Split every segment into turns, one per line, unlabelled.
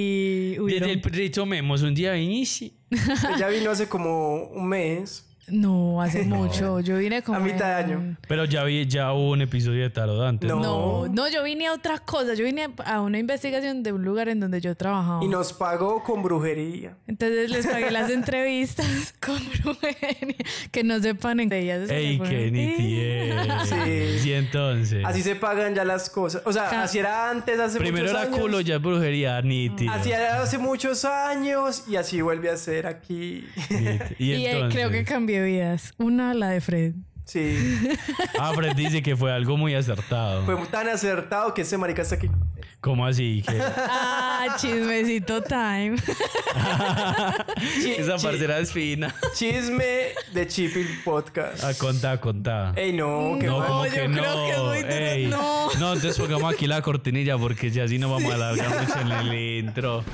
Desde
júbilo.
el retomemos un día de inicio.
Ella vino hace como un mes.
No, hace mucho. Yo vine como.
A mitad de
en-
año.
Pero ya, vi, ya hubo un episodio de Tarot antes.
No.
No, no, yo vine a otras cosas. Yo vine a una investigación de un lugar en donde yo trabajaba.
Y nos pagó con brujería.
Entonces les pagué las entrevistas con brujería. Que no sepan en qué días es que
Ey,
se
qué
fueron.
nitidez.
Sí.
Y entonces.
Así se pagan ya las cosas. O sea,
Ca-
así era antes, hace
primero
muchos
era
años.
culo, ya es brujería,
Ah.
nitidez.
Así era hace muchos años y así vuelve a ser aquí.
Y,
Y, eh,
entonces.
creo que cambié vidas. Una, la de Fred.
Sí.
Ah, Fred dice que fue algo muy acertado.
Fue tan acertado que ese marica está aquí.
¿Cómo así? Que...
Ah, chismecito time.
Esa parcera es fina.
Chisme de Chipping Podcast.
Ah, contá, contá.
Ey, no, qué
No,
mal.
como
yo
que
creo
no.
que es muy duro,
ey.
no.
No, entonces pongamos aquí la cortinilla porque ya así no vamos a alargar mucho en el intro.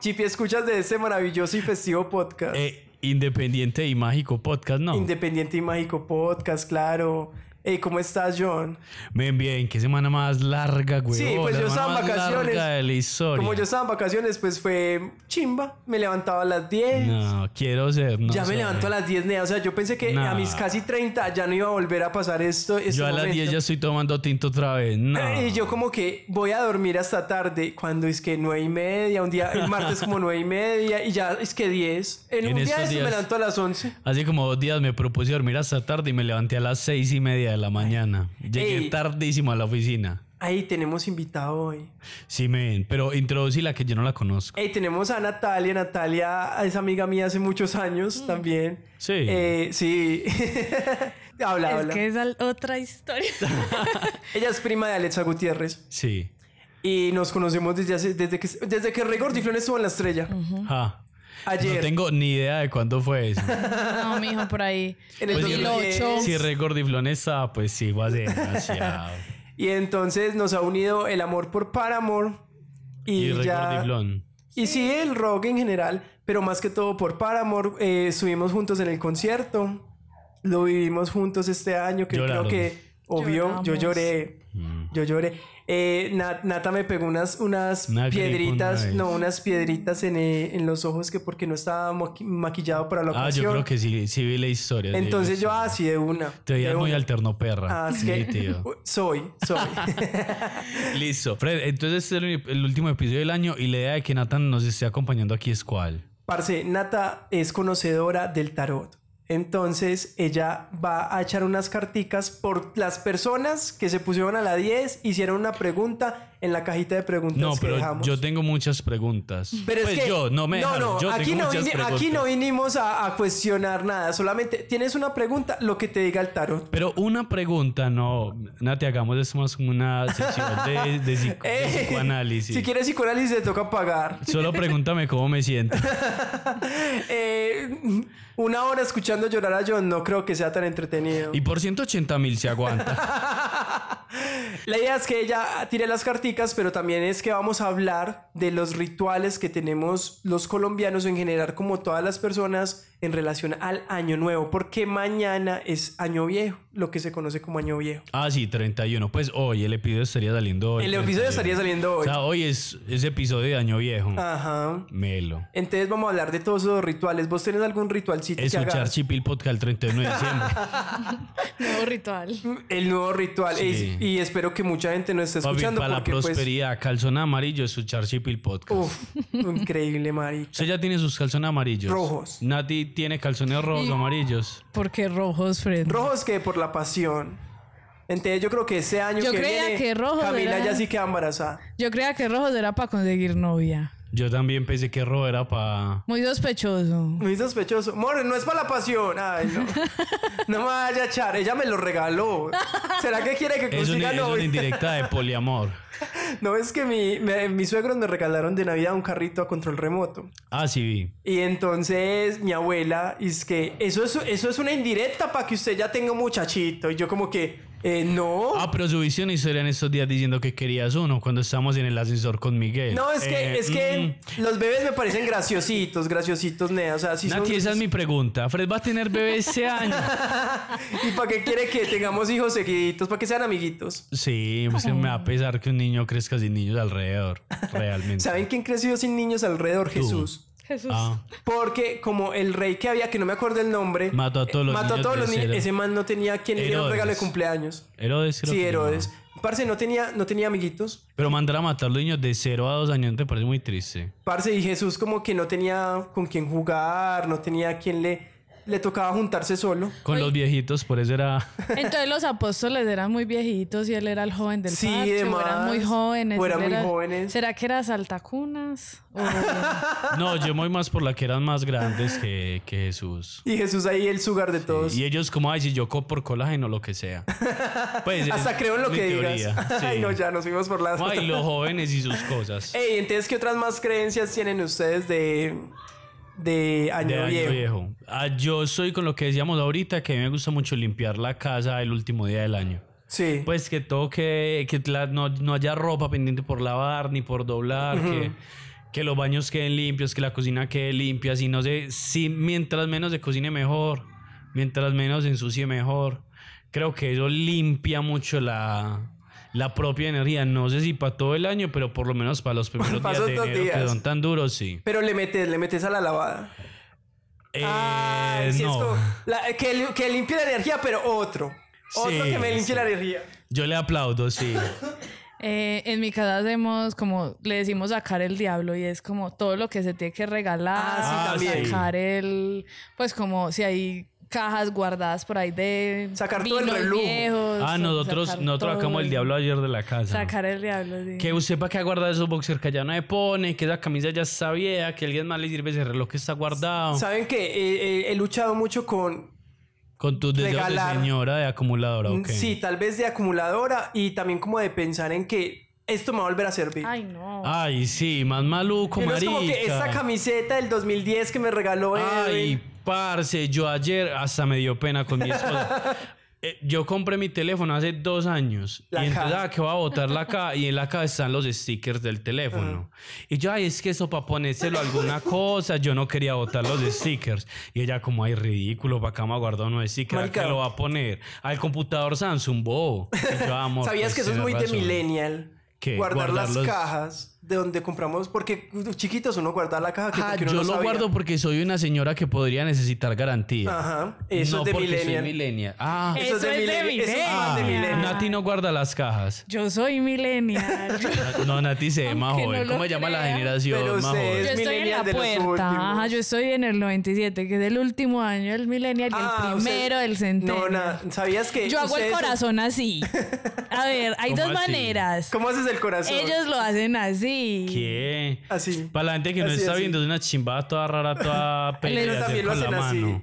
Chippy, escuchas de ese maravilloso y festivo podcast.
Eh, independiente y mágico podcast, ¿no?
Independiente y mágico podcast, claro. Ey, ¿cómo estás, John?
Bien, bien, qué semana más larga, güey.
Sí, pues
La semana
yo estaba en
más
vacaciones.
larga de la historia.
Como yo estaba en vacaciones, pues fue chimba. Me levantaba a las 10.
No, quiero ser. No
ya me
soy.
levanto a las 10, nea. O sea, yo pensé que
No.
a mis casi 30 ya no iba a volver a pasar esto. este
Yo a las
momento.
10 ya estoy tomando tinto otra vez. No.
Y yo como que voy a dormir hasta tarde, cuando es que nueve y media, un día, el martes como nueve y media, y ya es que 10. En,
En
un día
estos
de estos me
días.
levanto a las 11.
Hace como dos días me propuse dormir hasta tarde y me levanté a las seis y media de la mañana. Llegué
Ey.
tardísimo a la oficina.
Ahí tenemos invitado hoy.
Sí, men, pero introducí la que yo no la conozco.
Ey, tenemos a Natalia. Natalia es amiga mía hace muchos
Mm.
años también.
Sí.
Eh, sí. habla,
es
habla.
que es al- otra historia.
Ella es prima de Alexa Gutiérrez.
Sí.
Y nos conocemos desde hace, desde que, desde que Rey Gordiflón estuvo en la estrella.
Mm. Ja.
Ayer.
No tengo ni idea de cuándo fue eso.
no, mijo, por ahí.
En el
Pues,
2008.
si Regordiflón está, pues sí, va a ser demasiado.
Y entonces nos ha unido el amor por Paramore.
y
Y, ya.
Regordiflón.
Y sí, el rock en general, pero más que todo por Paramore. eh, estuvimos juntos en el concierto. Lo vivimos juntos este año, que
Lloraron.
creo que, obvio, yo
Lloramos.
lloré. Yo lloré. Eh, Na- Nata me pegó unas, unas
Una gripa
piedritas,
una vez.
no, unas piedritas en, eh, en los ojos que porque no estaba maqui- maquillado para la
Ah,
ocasión.
yo creo que sí, sí vi la historia. sí vi la
Entonces yo,
historia.
así de una.
Te
de
veías muy
una.
alterno, perra.
Ah, es
sí,
que-
tío.
Soy, soy.
Listo. Fred, entonces este es el, el último episodio del año y la idea de que Nathan nos esté acompañando aquí es cuál.
Parce, Nata es conocedora del tarot. Entonces ella va a echar unas carticas por las personas que se pusieron a la 10, hicieron una pregunta en la cajita de preguntas
No,
que
pero
dejamos.
yo tengo muchas preguntas.
Pero
pues
es que
yo, no me
no,
dejaron,
no,
yo
aquí,
tengo
no
muchas
vine- aquí
preguntas.
no vinimos a, a cuestionar nada, solamente tienes una pregunta, lo que te diga el tarot.
Pero una pregunta, no, Nati, hagamos esto más como una sección de, de psico- de
Eh,
psicoanálisis.
Si quieres psicoanálisis te toca pagar.
Solo pregúntame cómo me siento.
Eh, una hora escuchando llorar a John no creo que sea tan entretenido.
Y por 180 mil se aguanta.
La idea es que ella tire las carticas, pero también es que vamos a hablar de los rituales que tenemos los colombianos en general, como todas las personas, en relación al año nuevo, porque mañana es año viejo, lo que se conoce como año viejo.
Ah, sí, 31. Pues hoy el episodio estaría saliendo hoy.
El
31.
episodio estaría saliendo
O
hoy.
sea, hoy es, es episodio de Año Viejo.
Ah. Ajá.
Melo.
Entonces vamos a hablar de todos esos rituales. ¿Vos tenés algún ritualcito que
Escuchar
hagas?
Chipil Podcast el 31 de diciembre.
Nuevo ritual.
El nuevo ritual.
Sí.
Y, y espero que mucha gente nos esté
Papi,
escuchando.
para la
porque, pues,
prosperidad, calzón amarillo, escuchar Chipil Podcast.
uf, increíble, Mari.
Usted ya tiene sus calzones amarillos.
Rojos.
Nati tiene calzones rojos o amarillos.
Porque rojos, Fred.
Rojos que por la pasión. Entonces yo creo que ese año
Yo
que
creía
viene
que rojos
Camila
era-
ya sí queda embarazada.
Yo creía que rojos era para conseguir novia.
Yo también pensé que Ro era para.
Muy sospechoso.
Muy sospechoso. More, no es para la pasión. Ay, no. No me vaya a echar. Ella me lo regaló. ¿Será que quiere que
Es una,
consiga
es una
novio?
indirecta de poliamor.
No, es que mi- me- mis suegros me regalaron de Navidad un carrito a control remoto.
Ah, sí, vi.
Y entonces mi abuela, es que eso es, eso es una indirecta para que usted ya tenga un muchachito. Y yo como que, eh, no.
Ah, pero subiste una historia en estos días diciendo que querías uno cuando estábamos en el ascensor con Miguel.
No, es que,
Eh,
es que
mm,
los bebés me parecen graciositos, graciositos, nea. O sea, sí son-
Nati, esa es mi pregunta. ¿Fred va a tener bebé ese año?
¿Y para qué quiere que tengamos hijos seguiditos? ¿Para que sean amiguitos?
Sí, pues que me va a pesar que un niño crezca sin niños alrededor. Realmente.
¿Saben quién creció sin niños alrededor? Jesús.
Jesús.
Ah,
Porque como el rey que había, que no me acuerdo el nombre,
Mató a todos los
mató
niños
a todos
de
los niños.
cero.
Ese man no tenía quien le diera un
Herodes.
regalo de cumpleaños.
Herodes creo
Sí,
que
Herodes.
no.
Parce, no tenía, no tenía amiguitos.
Pero mandar a matar a los niños de 0 a 2 años te parece muy triste.
Parce, y Jesús como que no tenía con quién jugar, no tenía quien le... Le tocaba juntarse solo.
Con los viejitos, por eso era...
Entonces los apóstoles eran muy viejitos y él era el joven del
Sí,
parche,
de
o eran
más.
muy jóvenes.
O eran
él
muy
era-
jóvenes.
¿Será que era saltacunas? O-
No, yo me voy más por la que eran más grandes que, que Jesús.
Y Jesús ahí el sugar de todos.
Y ellos como, ay, si yo co por colágeno, lo que sea. Pues,
Hasta
es
creo en lo
mi
que
teoría,
digas.
sí.
Ay, no, ya nos fuimos por las...
Ay, los jóvenes y sus cosas.
Ey, entonces, ¿qué otras más creencias tienen ustedes de, de año
De año
viejo?
viejo. Ah, yo soy con lo que decíamos ahorita, que a mí me gusta mucho limpiar la casa el último día del año.
Sí.
Pues que todo que, que la- no, no haya ropa pendiente por lavar ni por doblar, que, que los baños queden limpios, que la cocina quede limpia, si no sé, si mientras menos se cocine mejor, mientras menos se ensucie mejor. Creo que eso limpia mucho la, la propia energía. No sé si para todo el año, pero por lo menos para los primeros
Pa'
días de
esos dos
enero que
días.
son tan duros, sí.
Pero le metes, le metes a la lavada.
Eh,
Ay, sí, es
no.
como la- que, li- que limpie la energía, pero otro. Otro
Sí,
que me limpie
sí.
la energía.
Yo le aplaudo, sí.
Eh, en mi casa hacemos como, le decimos sacar el diablo y es como todo lo que se tiene que regalar,
Ah,
sí, también.
sacar el, pues como si hay cajas guardadas por ahí de
Sacar todo el
vinos
reloj.
viejos,
Ah, nosotros,
sacar
nosotros
todo
sacamos el diablo ayer de la casa.
Sacar el diablo, sí.
Que usted para qué guarda esos boxers que ya no le pone, que esa camisa ya está vieja, que alguien más le sirve ese reloj que está guardado.
Saben que eh, eh, he luchado mucho con.
Con tus deseos
Regalar. Mm,
de señora, de acumuladora, ok.
Sí, tal vez de acumuladora y también como de pensar en que esto me va a volver a servir.
Ay, no.
Ay, sí, más maluco,
Y no es
marica.
como que esta camiseta del 2010 que me regaló
Ay,
Edwin.
parce, yo ayer hasta me dio pena con mi esposa. Eh, yo compré mi teléfono hace dos años
La
y entonces
caja.
ah, que voy a botar la caja y en la caja están los stickers del teléfono.
Ah.
Y yo, ay, es que eso para ponérselo a alguna cosa, yo no quería botar los stickers. Y ella como, ay, ridículo, para acá me guardó unos stickers, ¿a qué
Marica.
lo va a poner? Al computador Samsung, bobo. Y yo, amor, pues,
¿Sabías que eso es
tienes
muy de
razón.
millennial?
¿Qué?
Guardar,
Guardar
las
los-
cajas de donde compramos, porque chiquitos uno guarda la caja que
Ah,
porque uno
yo
no
lo
sabía.
guardo porque soy una señora que podría necesitar garantía.
Ajá, Ah, eso
no
es de
porque
millennial.
soy millennial.
Eh,
Ah,
Eso es de millennial, eso es
Ah,
más de millennial.
Nati no guarda las cajas.
Yo soy millennial. Yo, yo
No, Nati se ve más
Aunque
joven.
no lo
¿Cómo se llama la
crea,
generación
pero
más
se-
joven?
estoy en
millennial
la
de los
puerta.
últimos.
Ajá, yo estoy en el 97, que es el último año del millennial y
Ah,
el
o sea,
primero del centenio.
No, na- ¿sabías que
Yo hago el
ustedes-
corazón así. A ver, hay
¿Cómo
dos
así?
maneras.
¿Cómo haces el corazón?
Ellos lo hacen así.
¿Qué?
Así.
Para la gente que no
Así,
está
así.
viendo, es una chimbada toda rara, toda pelea
Ellos
de hacer
también lo
con la
hacen así.
mano.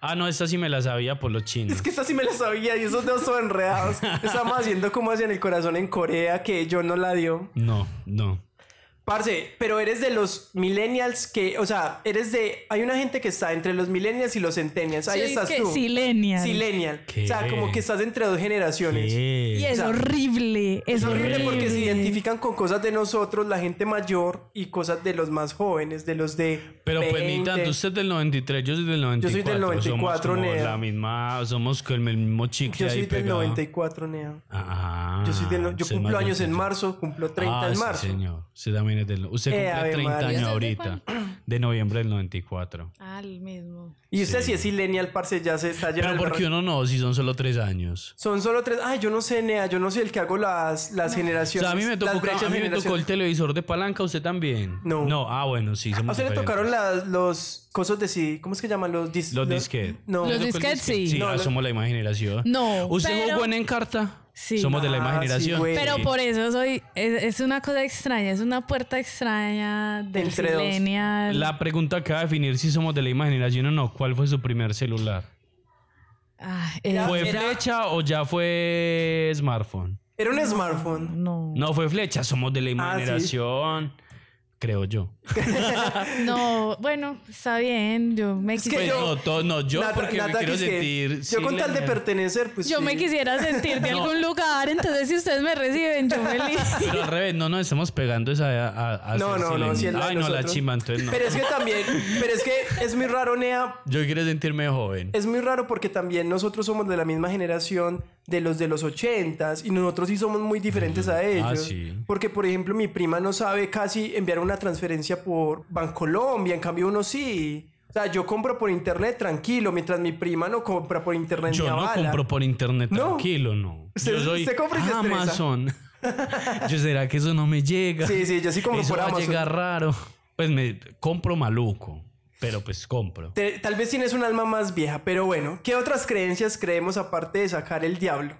Ah, no, esta sí me la sabía por los chinos.
Es que esta sí me la sabía y esos dedos son enredados. Estamos haciendo como hacían el corazón en Corea, que yo no la dio.
No, no.
Parce, pero eres de los millennials que, o sea, eres de. Hay una gente que está entre los millennials y los centennials. Ahí
Soy
estás
que
tú.
silenial.
Silenial.
¿Qué?
O sea, como que estás entre dos generaciones.
Y
¿Qué?
es
O sea,
horrible. Es,
Es horrible porque se
horrible.
identifican con cosas de nosotros, la gente mayor, y cosas de los más jóvenes, de los de.
Pero pues ni
20.
tanto, usted es del 93, yo soy del 94.
Yo soy del 94,
somos como
nea.
la misma, somos con el mismo chicle
Yo
ahí
soy del
pegado.
94, Nea.
Ah,
Yo, soy del, no- yo
usted es más
cumplo años en
viejo.
marzo, cumplo 30
Ah,
en
sí,
marzo.
señor. Usted también es del... Usted
Eh,
cumple
Ave
30
María.
años
¿Usted es de
ahorita. De noviembre del 94.
Ah, el mismo.
Y usted si es silenial, parce, ya se está
Pero
llenando. el
porque
barra-
uno no, si son solo tres años.
Son solo tres. Ay, yo no sé, Nea, yo no soy el que hago las, las
O
generaciones.
sea, a mí me
las
tocó,
brechas
a mí me tocó el
generacionales.
televisor de palanca, ¿usted también?
No.
No, ah, bueno, sí,
¿A
somos
usted le
diferentes.
tocaron las, los cosos de sí? ¿Cómo es que llaman? Los, dis,
Los disquet.
No.
Los
¿Le tocó el
disquet, sí.
Sí,
No,
ah,
los-
somos la misma generación.
No,
¿Usted
pero-
jugó en Encarta?
Sí.
Somos de la misma
Ah, sí,
generación.
güey.
Pero por eso soy. Es, es una cosa extraña, es una puerta extraña del
Entre dos.
millennial.
La pregunta acaba de definir si somos de la misma generación o no. ¿Cuál fue su primer celular?
Ah, era-
¿Fue
era-
flecha o ya fue smartphone?
Era un smartphone.
No.
No fue flecha, somos de la misma
Ah, sí.
generación. Creo yo.
No, bueno, está bien. Yo me,
Es
quisi-
Pues
yo-
no, to- no, yo
Nata-
porque me
Nata,
quiero
que es que
sentir. eh.
Yo con tal de
silenial.
pertenecer, pues.
yo
sí.
me quisiera sentir de
No.
algún lugar. Entonces, si ustedes me reciben, yo feliz.
Pero al revés, no nos estamos pegando esa a, a- a
No,
ser
no, no,
silenial.
si es la de
Ay, no, la
nosotros.
chimba, entonces no.
Pero es que también, pero es que es muy raro, Nea.
Yo quiero sentirme joven.
Es muy raro porque también nosotros somos de la misma generación de los de los ochentas y nosotros sí somos muy diferentes a ellos.
Ah, sí.
Porque, por ejemplo, mi prima no sabe casi enviar una transferencia por Bancolombia, en cambio uno sí. O sea, yo compro por internet tranquilo, mientras mi prima no compra por internet
Yo
ni a
no
bala.
compro por internet
No.
tranquilo, no.
Usted-
yo soy
usted compra y se estresa.
Amazon. yo será que eso no me llega.
Sí, sí, yo sí compro
Eso
por
va
Amazon.
a llegar raro. Pues me compro maluco, pero pues compro.
Te- tal vez tienes un alma más vieja, pero bueno, ¿qué otras creencias creemos aparte de sacar el diablo?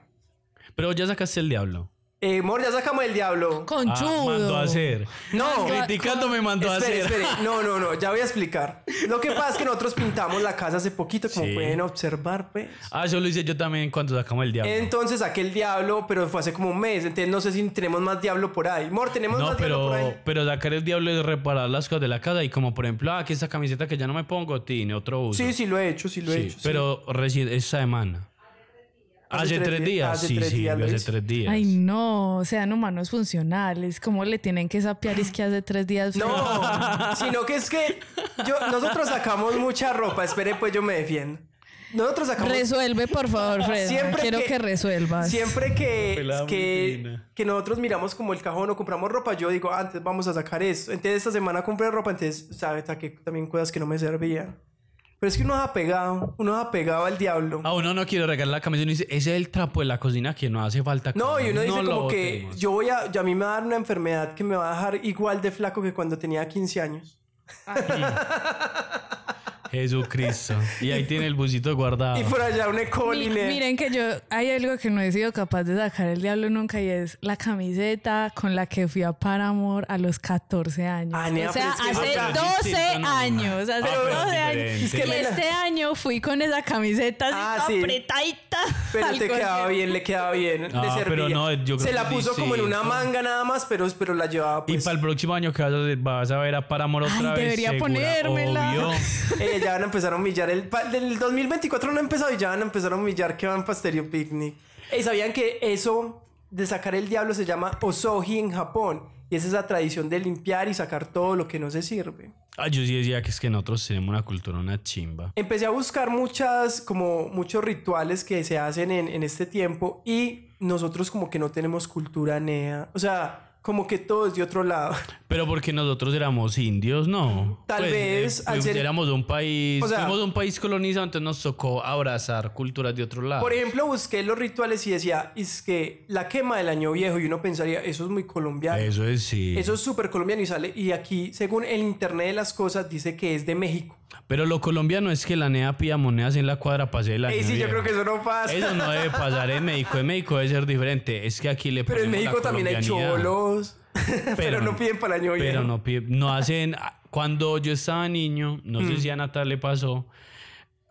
Pero ya sacaste el diablo.
Eh, Mor, ya sacamos el diablo.
Ah, mandó
Conchudo.
a hacer.
No, eh,
Criticando me mandó a
Ah, Espere,
hacer.
espere. No, no, no, ya voy a explicar. Lo que pasa es que nosotros pintamos la casa hace poquito, como
Sí.
pueden observar, pues.
Ah, yo lo hice yo también cuando sacamos el diablo.
Entonces saqué el diablo, pero fue hace como un mes. Entonces no sé si tenemos más diablo por ahí. Mor, tenemos
No,
más diablo por
pero,
ahí.
pero sacar el diablo es reparar las cosas de la casa y como por ejemplo, ah, que esta camiseta que ya no me pongo tiene otro uso.
Sí, sí, lo he hecho, sí lo he
Sí,
hecho. sí.
pero recién esa semana. Hace,
Hace tres
tres,
días-
días.
hace
sí,
tres
sí,
días lo
hace
hice.
tres días.
Ay, no, sean humanos funcionales. ¿Cómo le tienen que sapear? Es que hace tres días.
No, sino que es que yo- nosotros sacamos mucha ropa. Espere, pues yo me defiendo. Nosotros sacamos.
Resuelve, por favor, Fred.
Siempre
Quiero
que-
que, resuelvas.
Siempre que,
Pelada muy
que,
fina.
que nosotros miramos como el cajón o compramos ropa, yo digo, antes vamos a sacar esto. Entonces esta semana compré ropa, entonces, ¿sabes? Saqué también cosas que no me servían. Pero es que uno es apegado, uno es apegado al diablo.
Ah, uno no quiere regalar la camiseta y dice, ese es el trapo de la cocina que no hace falta.
No,
comprar,
y uno dice
lo
como que
botemos".
yo voy a, yo- a mí me va a dar una enfermedad que me va a dejar igual de flaco que cuando tenía 15 años.
Jesucristo. Y ahí tiene el busito guardado.
Y por allá un E. coli,
Mi-
nene.
miren que yo hay algo que no he sido capaz de sacar el diablo nunca y es la camiseta con la que fui a Paramore a los 14 años.
Ah, nena,
o sea,
pero es que-
hace
Ah, pero es
12
distinto, no.
años, hace
Ah, pero es
12 años.
diferente.
Es que
y
me la-
este año fui con esa camiseta así
Ah,
toda
sí.
apretadita.
Pero
al
te quedaba
concierto.
bien, le quedaba bien.
Ah,
le servía.
pero no, yo creo
Se la
que
puso como en una
distinto.
manga nada más, pero, pero la llevaba
Y
pues.
para el próximo año que vas a, vas a ver a Paramore
Ay,
otra vez.
debería
segura,
ponérmela.
obvio.
Eh, ya van a empezar a humillar. El, pa- del 2024 no ha empezado y ya van a empezar a humillar que van Pasterio Picnic. Eh, ¿Sabían que eso de sacar el diablo se llama osoji en Japón? Y es esa tradición de limpiar y sacar todo lo que no se sirve.
Ah, yo sí decía que es que nosotros tenemos una cultura, una chimba.
Empecé a buscar muchas, como muchos rituales que se hacen en, en este tiempo y nosotros como que no tenemos cultura nea. O sea, como que todo es de otro lado.
Pero porque nosotros éramos indios, no.
Tal vez, al
al
ser-
éramos de un país.
O sea-
fuimos de un país colonizado, entonces nos tocó abrazar culturas de otro lado.
Por e- ejemplo, busqué los rituales y decía, es que la quema del año viejo y uno pensaría, eso es muy colombiano.
Eso es sí.
Eso es súper colombiano y sale. Y aquí, según el internet de las cosas, dice que es de México.
Pero lo colombiano es que la NEA pilla monedas en la cuadra para hacer el año
Ey, sí, yo
viejo.
creo que eso no pasa.
Eso no debe pasar en México. En México debe ser diferente. Es que aquí le
pero en
ponemos la
México también hay
colombianidad.
cholos. Pero, no piden para el año viejo.
Pero no piden. No hacen. ah, Cuando yo estaba niño, no
Mm.
sé si a Natal le pasó.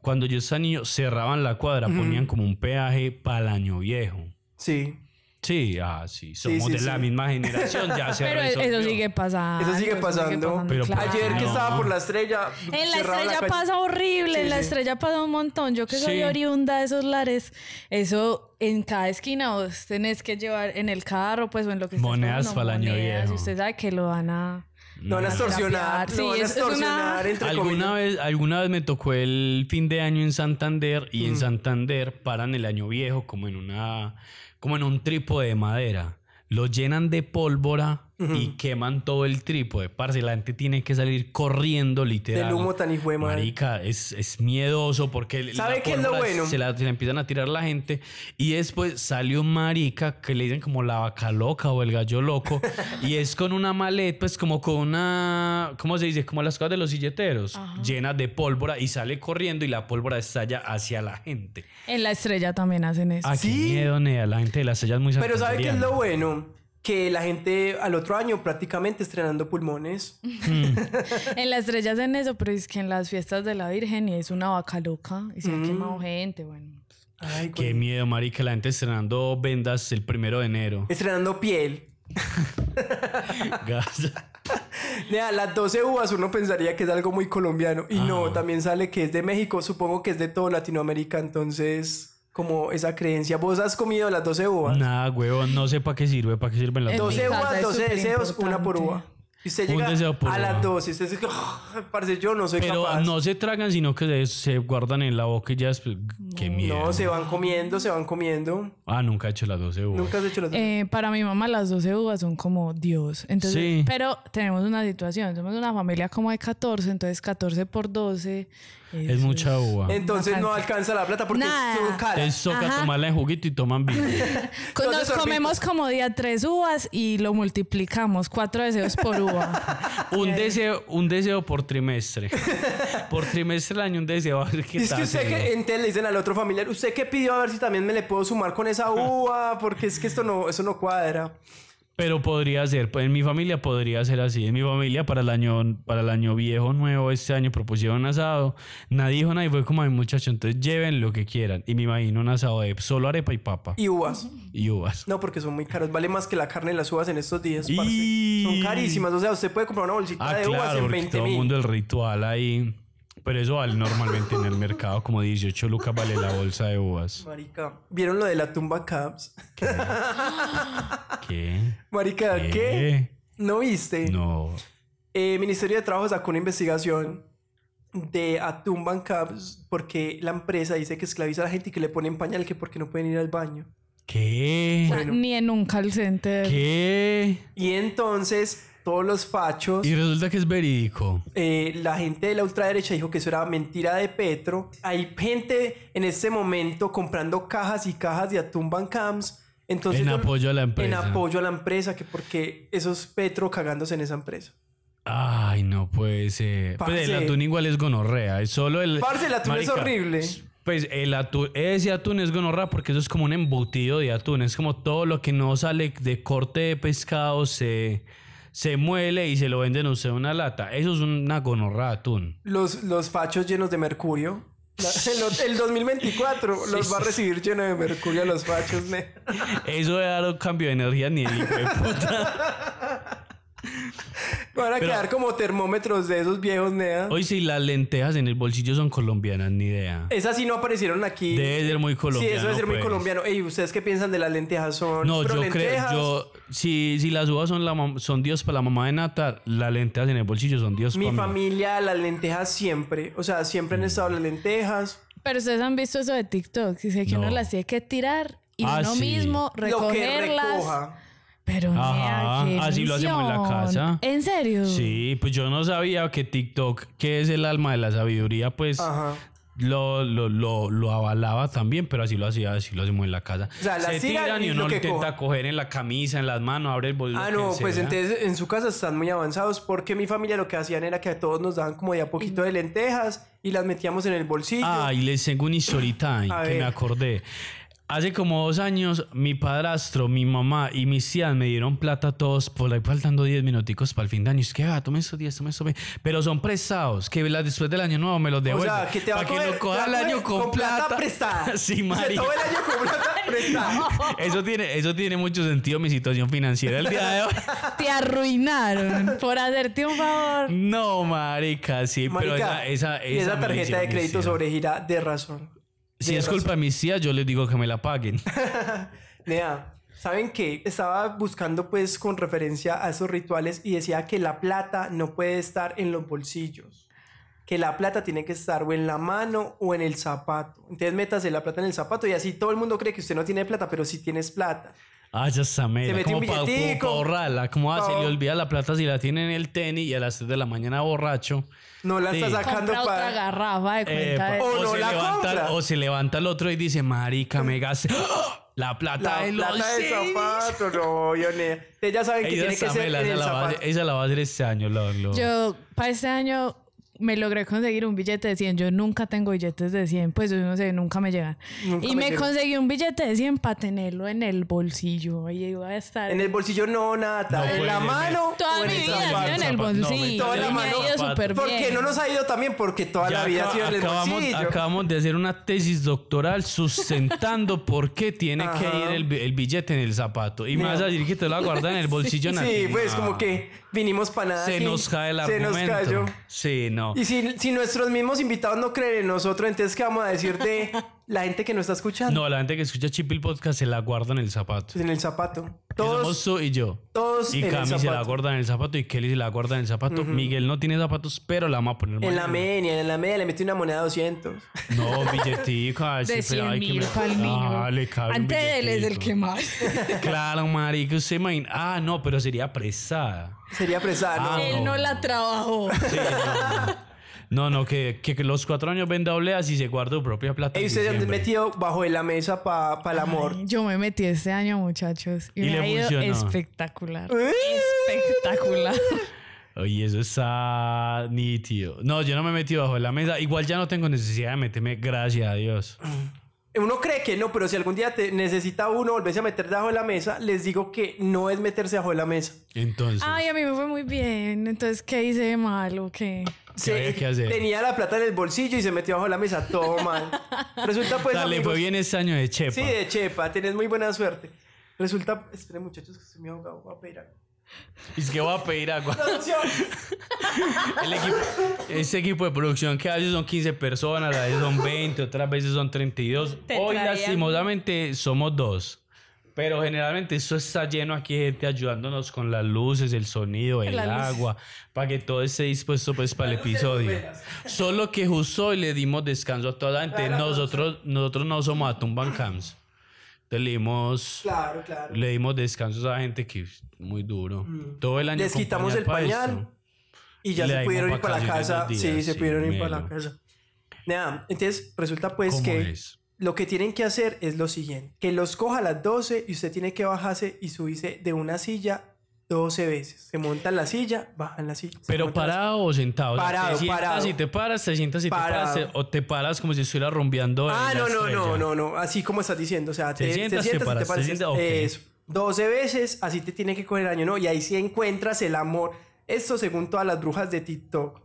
Cuando yo estaba niño, cerraban la cuadra, ponían como un peaje para el año viejo.
Sí.
Sí, ah, sí. Somos
sí,
de la
sí.
misma generación. Ya se
Pero
resolvió.
eso sigue pasando.
Eso sigue pasando.
Pero
claro.
Ayer que
No.
estaba por la estrella.
En la
cerraba
estrella
calle.
pasa horrible,
Sí,
en la
sí.
estrella pasa un montón. Yo que soy
Sí.
oriunda de esos lares, eso en cada esquina vos tenés que llevar en el carro, pues o en lo que estés
Monedas
pagando,
pa'l año
monedas,
viejo.
y usted sabe que lo van a.
No van a extorsionar.
Sí,
no van a
es- es una-
extorsionar, entre
¿Alguna
comillas.
vez, alguna vez me tocó el fin de año en Santander y
Mm.
en Santander paran el año viejo como en una como en un trípode de madera. Lo llenan de pólvora y queman todo el trípode. Parce, la gente tiene que salir corriendo, literal.
Del humo tan hijo de madre.
Marica, es, es miedoso porque
¿Sabe
la
qué es lo
pólvora
bueno?
se, la, se la empiezan a tirar la gente y después sale un marica que le dicen como la vaca loca o el gallo loco y es con una maleta, pues como con una, ¿cómo se dice? Como las cosas de los silleteros, llenas de pólvora y sale corriendo y la pólvora estalla hacia la gente.
En la estrella también hacen eso.
Ah, qué
Sí.
miedo, Nea, la gente de las estrellas es muy
Pero ¿sabe qué es
santanderiana.
lo bueno? Que la gente al otro año prácticamente estrenando pulmones.
En la estrella hacen eso, pero es que en las fiestas de la Virgen y es una vaca loca y se
Mm.
ha quemado gente, bueno.
Ay,
Qué
güey.
miedo, marica, la gente estrenando vendas el primero de enero.
Estrenando piel.
Gas.
Nea, las 12 uvas uno pensaría que es algo muy colombiano. Y no,
Ah.
también sale que es de México. Supongo que es de todo Latinoamérica. Entonces, como esa creencia. ¿Vos has comido las 12 uvas?
Nada, huevón, no sé para qué sirve, para qué sirven las
En
vendas.
12
mi casa
uvas,
es
12 deseos,
superimportante.
una por uva. Y usted
Un
llega
deseo por
a
uva.
las 12. Y usted dice, "Oh, parce, yo no soy
Pero
capaz.
no se tragan, sino que se, se guardan en la boca y ya después. Qué miedo.
No, se van comiendo, se van comiendo.
Ah, nunca he hecho las 12 uvas.
Nunca has hecho las
Eh, para mi mamá las 12 uvas son como Dios. Entonces,
Sí.
pero tenemos una situación, somos una familia como de 14, entonces 14 por 12
Es mucha uva.
Entonces no alcanza la plata porque
Nada.
es todo cara.
Es soca
Ajá.
tomarla en juguito y toman vino.
Co- Nos
Entonces,
comemos como día tres uvas y lo multiplicamos, cuatro deseos por uva.
un, deseo, un deseo por trimestre. Por trimestre al año, un deseo. A ver qué
Y es que
tal,
usted
señor.
que, entonces le dicen al otro familiar, ¿usted qué pidió? A ver si también me le puedo sumar con
Ah.
esa uva, porque es que esto no, eso no cuadra.
Pero podría ser, pues, en mi familia podría ser así. En mi familia para el año, para el año viejo nuevo este año propusieron asado. Nadie dijo nada y fue como ay muchacho, entonces lleven lo que quieran. Y me imagino un asado de solo arepa y papa
Y uvas.
y uvas.
No, porque son muy caros. Vale más que la carne y las uvas en estos días.
Y-
parce. Son carísimas. O sea, usted puede comprar una bolsita
Ah,
de uvas
claro,
en
porque
20
todo el
mil.
mundo el ritual ahí. Pero eso vale normalmente en el mercado, como 18 lucas vale la bolsa de uvas.
Marica, ¿vieron lo de la tumba Caps?
¿Qué?
Marica, ¿qué?
¿Qué?
¿No viste?
No.
Eh, Ministerio de Trabajo sacó una investigación de a tumban Caps porque la empresa dice que esclaviza a la gente y que le ponen pañal que porque no pueden ir al baño.
¿Qué?
Bueno.
Ni en un call center.
¿Qué?
Y entonces todos los fachos,
Y resulta que es verídico.
eh, la gente de la ultraderecha dijo que eso era mentira de Petro. Hay gente en este momento comprando cajas y cajas de Atumban Camps. Entonces,
En
yo-
apoyo a la
en
empresa.
apoyo a la empresa, que porque eso es Petro cagándose en esa empresa.
Ay, no puede ser. Pues el
Parce.
atún igual es gonorrea. Es solo el.
Parce, el atún es horrible.
Pues el atún, ese atún es gonorrea porque eso es como un embutido de atún. Es como todo lo que no sale de corte de pescado se, se muele y se lo venden a usted en una lata. Eso es una gonorrea de atún.
Los, los fachos llenos de mercurio. La- el, el 2024 los va a recibir lleno de mercurio a los fachos. ne.
Eso de dar un cambio de energía ni el hijo de puta.
Van a
Pero-
quedar como termómetros de esos viejos, ¿ah? nea.
Hoy sí, las lentejas en el bolsillo son colombianas, ni idea.
Esas sí no aparecieron aquí.
Debe ser muy
Eh, Sí,
colombiano.
eso debe ser muy
pues.
colombiano. Ey, ¿ustedes qué piensan de las lentejas? ¿Son
No,
pro
yo creo,
lentejas?
yo, si, si las uvas son, la mam- son Dios para la mamá de Nata, las lentejas en el bolsillo son Dios
Mi
para
familia, las lentejas siempre. O sea, siempre han estado las lentejas.
Pero ustedes han visto eso de TikTok, dice que
No.
uno las tiene que tirar y
Ah,
uno
sí.
mismo
Lo que
recogerlas.
recoja.
Pero
Ajá,
mira, qué
así lo hacemos en la
ilusión.
casa.
¿En serio?
Sí, pues yo no sabía que TikTok, que es el alma de la sabiduría, pues
Ajá.
lo, lo, lo, lo avalaba también, pero así lo hacía, así lo hacemos en la casa.
O sea, la
Se
sigan
tiran
y
y uno
lo que
intenta
coja.
coger en la camisa, en las manos, abre el bolsillo.
Ah, no, pues entonces en su casa están muy avanzados porque mi familia lo que hacían era que a todos nos daban como de a poquito de lentejas y las metíamos en el bolsillo.
Ah, y les tengo un story time
A
que
ver.
me acordé. Hace como dos años, mi padrastro, mi mamá y mis tías me dieron plata a todos por ahí faltando 10 minuticos para el fin de año. Es que, ah, tomen esos 10, tomen esos 20. Pero son prestados, que la- después del año nuevo me los
o
devuelven.
sea, que te va
Para
a coger,
que lo
te va
coja
a
el
coger
año con
plata, prestada.
Sí,
O sea,
María.
todo el año con plata prestada.
Eso tiene, eso tiene mucho sentido mi situación financiera el día de hoy.
Te arruinaron por hacerte un favor.
No, marica, sí, pero
Marica,
esa, esa,
y
me
esa
la
tarjeta
hicieron
de
mis
crédito
tías.
sobregira de razón.
Si
de
es culpa de mis tías, yo les digo que me la paguen.
Nea, ¿saben qué? Estaba buscando pues con referencia a esos rituales y decía que la plata no puede estar en los bolsillos. Que la plata tiene que estar o en la mano o en el zapato. Entonces métase la plata en el zapato y así todo el mundo cree que usted no tiene plata, pero sí tienes plata.
Ah, ya está,
Se
mera.
metió
Como
un
para
billetico.
borrarla. ¿Cómo va? ah, Se
Pa-
le olvida la plata si la tiene en el tenis y a las 3 de la mañana borracho.
No la
Sí.
está sacando
Compra otra
para.
garrafa de cuenta
Epa.
de...
O no
se
la compra.
levanta, o se levanta el otro y dice, marica, me gasté ¡Ah! la plata
La
de los
plata de
tenis".
zapato, no, yo ni- Ustedes ya saben que
Ella,
tiene que
está
ser
mela,
en
esa,
el
la va a
zapato.
hacer- esa la va a hacer este año, lo- lo-
Yo para este año me logré conseguir un billete de 100. Yo nunca tengo billetes de 100, pues yo no sé, nunca me llegan.
Nunca
y
me
me,
llegan.
conseguí un billete de 100 para tenerlo en el bolsillo. Y iba a estar...
En el bolsillo no,
No
nada. en
puede
la
ser.
mano. o
Toda
en
mi
el
vida ha sido
zapato.
en el
zapato. No,
bolsillo.
mentira,
y me
zapato.
ha ido súper
¿Por qué
bien.
no nos ha ido también? Porque toda
Ya
la vida
acá-
ha sido en el
acabamos,
bolsillo.
acabamos de hacer una tesis doctoral sustentando por qué tiene
Ajá.
que ir el, bi- el billete en el zapato. Y me
No.
vas a decir que te lo guardas en el bolsillo.
Sí,
Nati.
pues
No.
como que vinimos para nada.
Ah. Se
aquí.
nos cae el
Se
argumento.
nos cayó.
Sí, no.
Y si, si nuestros mismos invitados no creen en nosotros, entonces ¿qué vamos a decir de la gente que nos está escuchando?
No, la gente que escucha Chipil Podcast se la guarda en el zapato.
Pues en el zapato.
Que
Todos,
somos tú y yo.
todos
Y
en el
Cami se la
zapato.
guarda en el zapato y Kelly se la guarda en el zapato. Miguel no tiene zapatos, pero la vamos a poner
En
mañana.
la media, en la media le metí una moneda de 200.
No, billetica.
de 100 mil pa'l niño. Antes de él es el que más.
Claro, marica, usted imagina. Ah, no, pero sería presada.
Sería presada, ¿no?
Ah,
él no la trabajó.
Sí, no, no. no, no, que, que los cuatro años venda obleas y se guarda su propia plata.
Ey,
en
ustedes se han
diciembre.
metido bajo de la mesa para el amor.
Yo me metí este año, muchachos. Y,
Y
me
le
ha ido
funcionó.
espectacular. espectacular.
Oye, eso está nítido. No, yo no me metí bajo la mesa. Igual ya no tengo necesidad de meterme, gracias a Dios.
Uno cree que no, pero si algún día te necesita uno volverse a meter bajo de la mesa, les digo que no es meterse bajo de la mesa.
Entonces,
Ay, a mí me fue muy bien. Entonces, ¿qué hice de malo? ¿Qué?
había que hacer?
Tenía la plata en el bolsillo y se metió bajo de la mesa. Todo mal. Resulta pues.
dale,
amigos-
fue bien este año de chepa.
Sí, de chepa, tenés muy buena suerte. Resulta, esperen muchachos que se me ha ahogado, voy a pedir agua.
Y es que voy a pedir agua.
Producción.
El equipo, ese equipo de producción que a veces son 15 personas, a veces son 20, otras veces son 32.
Te
Hoy
traían.
lastimosamente somos dos. Pero generalmente eso está lleno aquí de gente ayudándonos con las luces, el sonido, el
Las luces.
agua, para que todo esté dispuesto pues para el episodio. Solo que justo hoy le dimos descanso a toda la gente. Nosotros, nosotros no somos a Tumban Camps. Entonces le dimos...
Claro, claro.
Le dimos descansos a gente que es muy duro. Todo el año.
Mm. Les
con
quitamos el
pa'
pañal
esto.
Y ya
Le
se
dimos
pudieron ir para la
vacaciones
casa.
dos días,
sí, se
sí,
pudieron ir para
melo.
la casa. Nada, entonces resulta pues
¿Cómo
que
es?
lo que tienen que hacer es lo siguiente: que los coja a las 12 y usted tiene que bajarse y subirse de una silla 12 veces. Se montan la silla, bajan la silla. se
Pero
montan la
parado o sentado. O sea,
Parado,
te sientas
parado.
y te paras, te sientas y te
Parado.
paras. te- O te paras como si estuviera rumbeando. en
Ah,
la
no, no,
estrella.
no, no, no. Así como estás diciendo. O sea,
Te sientas, te paras, te sientas, ok.
Eso. 12 veces, así te tiene que coger el año, ¿no? Y ahí sí encuentras el amor. Esto según todas las brujas de TikTok.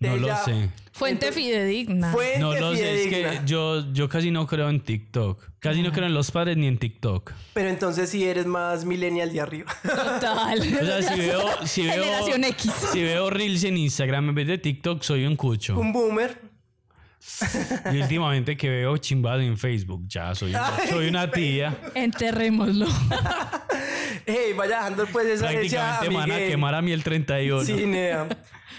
No
Te
lo
ya-
sé.
Fuente
Entonces,
fidedigna.
Fuente
No lo sé. Es
fidedigna.
que yo, yo casi no creo en TikTok. Casi no creo en los padres ni en TikTok.
Pero entonces sí eres más millennial de arriba.
Total.
O sea, si veo, si veo,
Generación X.
si veo Reels en Instagram en vez de TikTok, soy un cucho.
Un boomer.
Y últimamente que veo chimbado en Facebook, ya soy, una- soy una tía.
Enterrémoslo.
Hey, vaya dejando pues esa herencia a
Prácticamente me van a
Miguel.
quemar a mí el 31.
Sí, nea.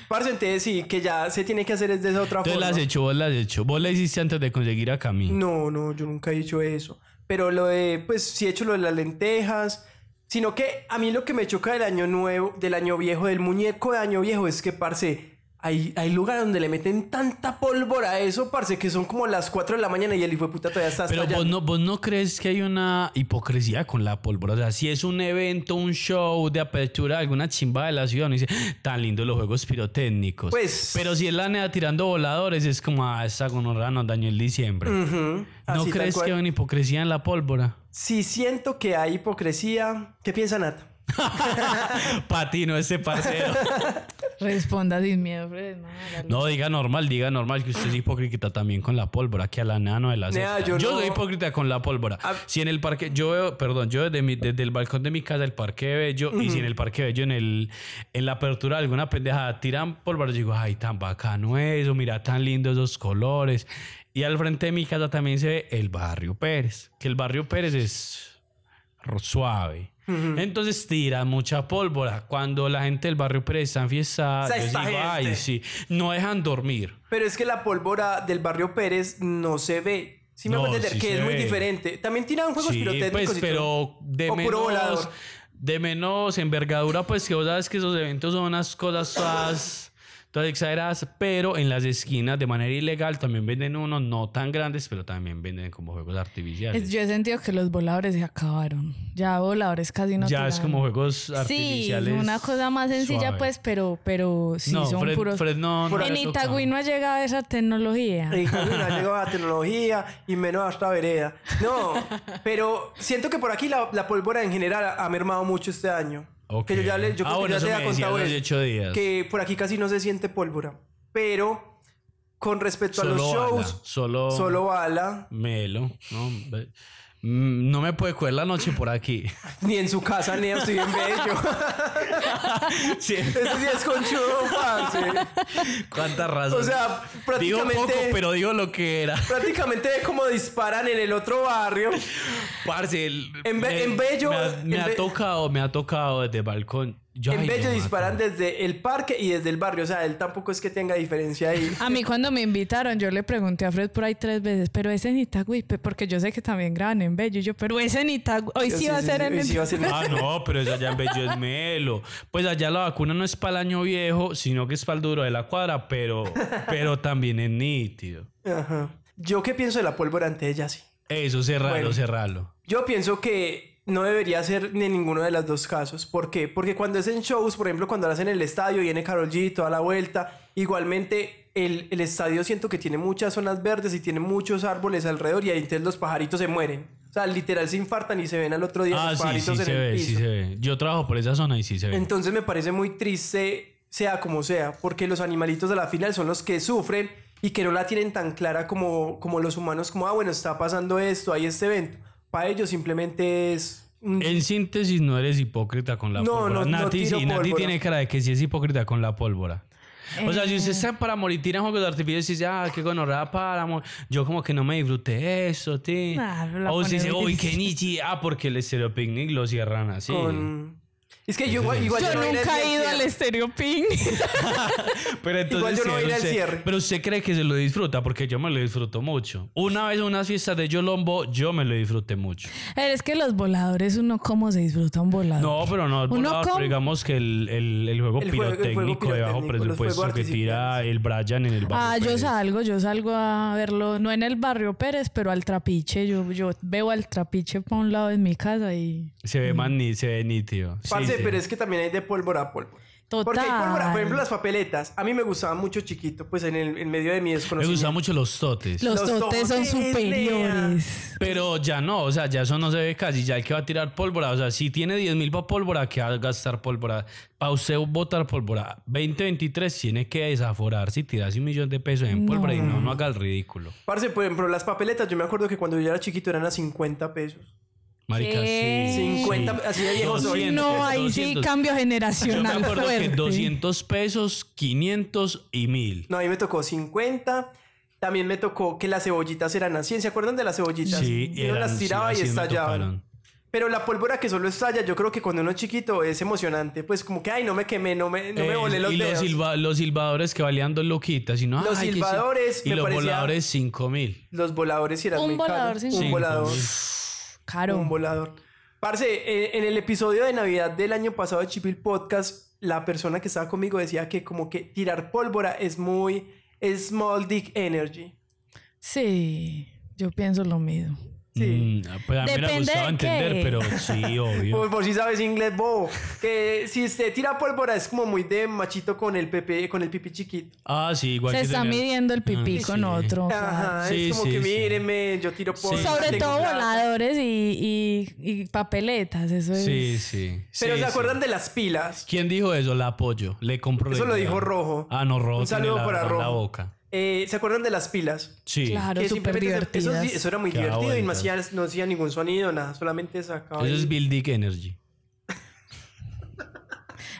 Parce, entonces sí, que ya se tiene que hacer es de esa otra
Entonces
forma.
las has hecho, vos las has hecho. Vos la hiciste antes de conseguir a Cami.
No, no, yo nunca he dicho eso. Pero lo de, pues sí he hecho lo de las lentejas. Sino que a mí lo que me choca del año nuevo, del año viejo, del muñeco de año viejo, es que, parce, hay, hay lugares donde le meten tanta pólvora a eso, parce, que son como las 4 de la mañana y el hijo de puta todavía está
Pero vos
estallando.
no, vos no crees que hay una hipocresía con la pólvora. O sea, si es un evento, un show de apertura de alguna chimba de la ciudad, uno dice, tan lindo los juegos pirotécnicos.
Pues-
Pero si es la nea tirando voladores, es como, ah, esa gonorra nos dañó el diciembre.
Ujú,
¿No
así, tal
crees
cual.
que hay una hipocresía en la pólvora?
Si siento que hay hipocresía, ¿qué piensa Nata?
Patino, ese parcero.
Responda sin miedo, Fred. no, hágalo.
No, diga normal, diga normal que usted es hipócrita también con la pólvora, que a la nano de la
Nea,
cesta.
yo
Yo,
no-
soy hipócrita con la pólvora.
Ah.
Si en el parque, yo veo, perdón, yo desde, mi- desde el balcón de mi casa, el parque bello, y si en el parque bello, en el en la apertura de alguna pendejada, tiran pólvora, yo digo, ay, tan bacano eso, mira tan lindos esos colores. Y al frente de mi casa también se ve el barrio Pérez, que el barrio Pérez es ro- suave. Entonces tiran mucha pólvora. Cuando la gente del barrio Pérez está en fiesta,
O sea, esta gente.
sí, no dejan dormir.
Pero es que la pólvora del barrio Pérez no se ve. Sí, me
No,
voy a entender
sí
que
se
es muy
ve.
diferente. También tiraban juegos
Sí, pues,
pirotécnicos. y
pero
todo.
de
O puro
menos,
volador.
de menos envergadura, pues que vos sabes que esos eventos son unas cosas todas, todas exageradas, pero en las esquinas de manera ilegal también venden unos no tan grandes, pero también venden como juegos artificiales.
Es- yo he sentido que los voladores se acabaron. Ya voladores casi no
ya es
tiran.
como juegos
Sí,
artificiales.
una cosa más sencilla
suave.
pues, pero, pero sí
no,
son
Fred,
puros...
Fred no, no
Por
le
en
toca.
Itagüí no ha llegado esa tecnología.
Y claro, no ha llegado a la tecnología y menos a esta vereda. No, pero siento que por aquí la, la pólvora en general ha- ha mermado mucho este año.
Ok.
Que yo ya le, yo
Ah,
creo que
bueno,
ya
eso
te
me
había
decías
contado
hace
eso,
ocho días.
que por aquí casi no se siente pólvora. Pero con respecto a
Solo
los shows,
bala, solo,
solo bala,
melo. No, Ve- Mm, no me puede coger la noche por aquí.
ni en su casa, ni estoy bien bello.
Sí.
Eso sí es conchudo, parce.
Cuántas razones.
O sea,
Digo
prácticamente-
poco, pero digo lo que era.
Prácticamente es como disparan en el otro barrio.
Parce, el-
En Be-
me-
en Bello-
Me, ha, me
en
ha
Be-
tocado, me ha tocado desde el balcón. Yo,
en
ay,
Bello
no,
disparan
mato.
desde el parque y desde el barrio. O sea, él tampoco es que tenga diferencia ahí.
A mí cuando me invitaron, yo le pregunté a Fred por ahí tres veces, pero es en Itagüí, pe- porque yo sé que también graban en Bello. Y yo, pero es en Itagüí. Hoy sí,
Sí,
va a
sí,
ser
sí,
en
sí,
Itagüí.
va a ser-
Ah, no, pero eso allá en Bello es melo. Pues allá la vacuna no es para el año viejo, sino que es para el duro de la cuadra, pero, pero también es nítido.
Ajá. Yo qué pienso de la pólvora ante ella, sí.
Eso, cerralo,
Bueno.
cerralo.
Yo pienso que no debería ser ni en ninguno de los dos casos. ¿Por qué? Porque cuando es en shows, por ejemplo, cuando lo hacen en el estadio, viene Karol G, toda la vuelta. Igualmente, el, el estadio siento que tiene muchas zonas verdes y tiene muchos árboles alrededor y ahí entonces los pajaritos se mueren. O sea, literal se infartan y se ven al otro día
Ah,
los
sí,
pajaritos
sí
en
se
el
ve,
piso.
sí se ve. Yo trabajo por esa zona y sí se ve.
Entonces me parece muy triste, sea como sea, porque los animalitos de la final son los que sufren y que no la tienen tan clara como, como los humanos, como, ah, bueno, está pasando esto, hay este evento. Para ellos simplemente es... mm, un-
En síntesis, no eres hipócrita con la
No,
pólvora.
no, no
Nati,
tiro
sí, Nati
pólvora.
tiene cara de que sí es hipócrita con la pólvora. O sea, si usted está para morir, tira juegos de artificio y dice, ah, qué gonorrea para Yo como que no me disfruté eso, tío.
Nah, la
o si
pone
dice,
muy
uy, qué
difícil".
nichi. Ah, porque el estéreo picnic lo cierran así.
con- Es que yo igual... igual
Yo
no voy a ir
nunca
al
he ido al
cierre.
Estéreo Ping.
Pero entonces,
Igual yo no
sí,
voy a ir al
usted-
cierre.
Pero usted cree que se lo disfruta, porque yo me lo disfruto mucho. Una vez en unas fiestas de Yolombo, yo me lo disfruté mucho.
Pero es que los voladores, uno cómo se disfruta un volador.
No, pero no,
Uno
volador, pero
con-
digamos que el, el- el juego
El juego- el juego
pirotécnico de bajo
pirotécnico, los
presupuesto
fuegos
que tira
artificiales.
el Brian en el bajo
Ah, yo
Pérez.
salgo, yo salgo a verlo, no en el barrio Pérez, pero al trapiche. Yo, yo veo al trapiche para un lado en mi casa y.
Se ve más ni, se ve nítido. Sí,
Parce,
sí.
pero es que también hay de pólvora a pólvora. Porque hay pólvora, por
Total.
ejemplo, las papeletas. A mí me gustaban mucho chiquito, pues en, el, en medio de mi
Me
desconocimiento.
gustan mucho los totes.
Los,
Los
totes son
totes, nena.
superiores.
Pero ya no, o sea, ya eso no se ve casi. Ya el que va a tirar pólvora, o sea, si tiene 10 mil para pólvora, que va a gastar pólvora. Para usted votar pólvora 2023, tiene que desaforar si tiras un millón de pesos en pólvora y no, no haga el ridículo.
Parce, por ejemplo, las papeletas, yo me acuerdo que cuando yo era chiquito eran a 50 pesos.
Marica,
¿Qué?
sí.
50, así de viejo soy.
200,
No, ahí sí,
200.
cambio
Yo me
generacional
acuerdo
fuerte.
que 200 pesos, 500 y 1000.
No, a mí me tocó 50. También me tocó que las cebollitas eran así. ¿Se acuerdan de las cebollitas?
Sí,
Yo
eran-
las
sí,
tiraba
así
y
me
estallaban.
tocaron.
Pero la pólvora que solo estalla, yo creo que cuando uno es chiquito es emocionante. Pues como que, ay, no me quemé, no me, no me
Eh,
volé los
y
dedos.
los, silba- los silbadores que valían dos loquitas. Y no,
Los
ay, que sí.
silbadores
Y
me
los
parecía-
voladores, 5 mil.
Los voladores sí eran
Un
muy
volador,
caros.
sí.
Un
Cinco
volador.
mil.
Caro.
Un volador. Parce, eh, en el episodio de Navidad del año pasado de Chipil Podcast, la persona que estaba conmigo decía que como que tirar pólvora es muy small dick energy.
Sí, yo pienso lo mismo.
Sí.
Mm, pues a mí me hubiera
Depende
gustado
de
entender,
qué.
pero sí, obvio.
Por, por si sabes inglés, bobo. Que si usted tira pólvora es como muy de machito con el pepe, con el pipi chiquito.
Ah, sí, igual
Se
que
está
tener-
midiendo el pipí
Ah,
con
sí.
otro. claro.
Ajá,
Sí,
es
sí,
como que
sí.
míreme, yo tiro pólvora.
Sobre
tengo
todo
plata".
voladores y, y- y papeletas, eso es.
Sí, sí.
Pero
sí,
¿se
sí.
acuerdan de las pilas?
¿Quién dijo eso? La apoyo. Le compro
Eso
la
lo
idea.
dijo Rojo.
Ah, no, Rojo.
Un
tiene
saludo
la
para
verdad en la
Rojo.
boca.
Eh, ¿Se acuerdan de las pilas?
Sí.
Claro,
Que
súper
simplemente se- eso,
divertidas.
sí- eso era muy
Qué
divertido y no
vueltas.
hacía, no hacía ningún sonido, nada, solamente sacaba.
Eso
el-
es Bill Dick Energy.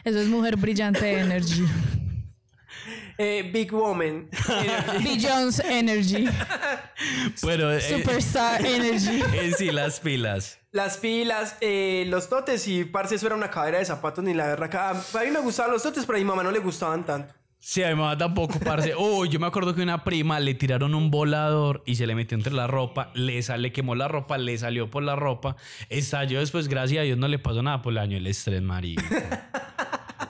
Eso es mujer brillante energy.
Eh, Big Woman.
Billions energy.
Bueno, eh,
Superstar energy.
en sí, las pilas.
las pilas, eh, los totes y parce, eso era una cadera de zapatos ni la verraca. A mí me gustaban los totes, pero a mi mamá no le gustaban tanto.
Sí, a mi mamá tampoco, parce. Uy, yo me acuerdo que una prima le tiraron un volador y se le metió entre la ropa, le, sale, le quemó la ropa, le salió por la ropa, estalló después, gracias a Dios no le pasó nada por el año, el estrés, marido.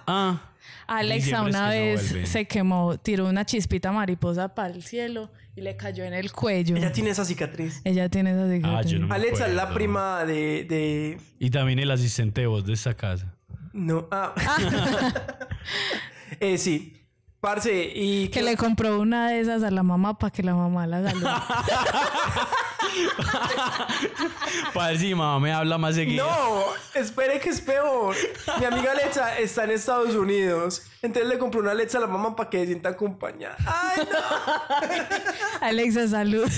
Ah,
Alexa
Siempre es
una
que se
vez
vuelve.
se quemó, tiró una chispita mariposa para el cielo y le cayó en el cuello.
Ella tiene esa cicatriz.
Ella tiene esa cicatriz.
Ah, yo no me-
Alexa es la
acuerdo.
prima de, de-
y también el asistente de voz de esta casa.
No. Ah. Eh, sí. Parce, y...
Que le compró una de esas a la mamá para que la mamá la salude.
Parce, mi mamá me habla más seguido.
No, espere que es peor. Mi amiga Alexa está en Estados Unidos. Entonces le compró una Alexa a la mamá para que se sienta acompañada. Ay,
Alexa, salud.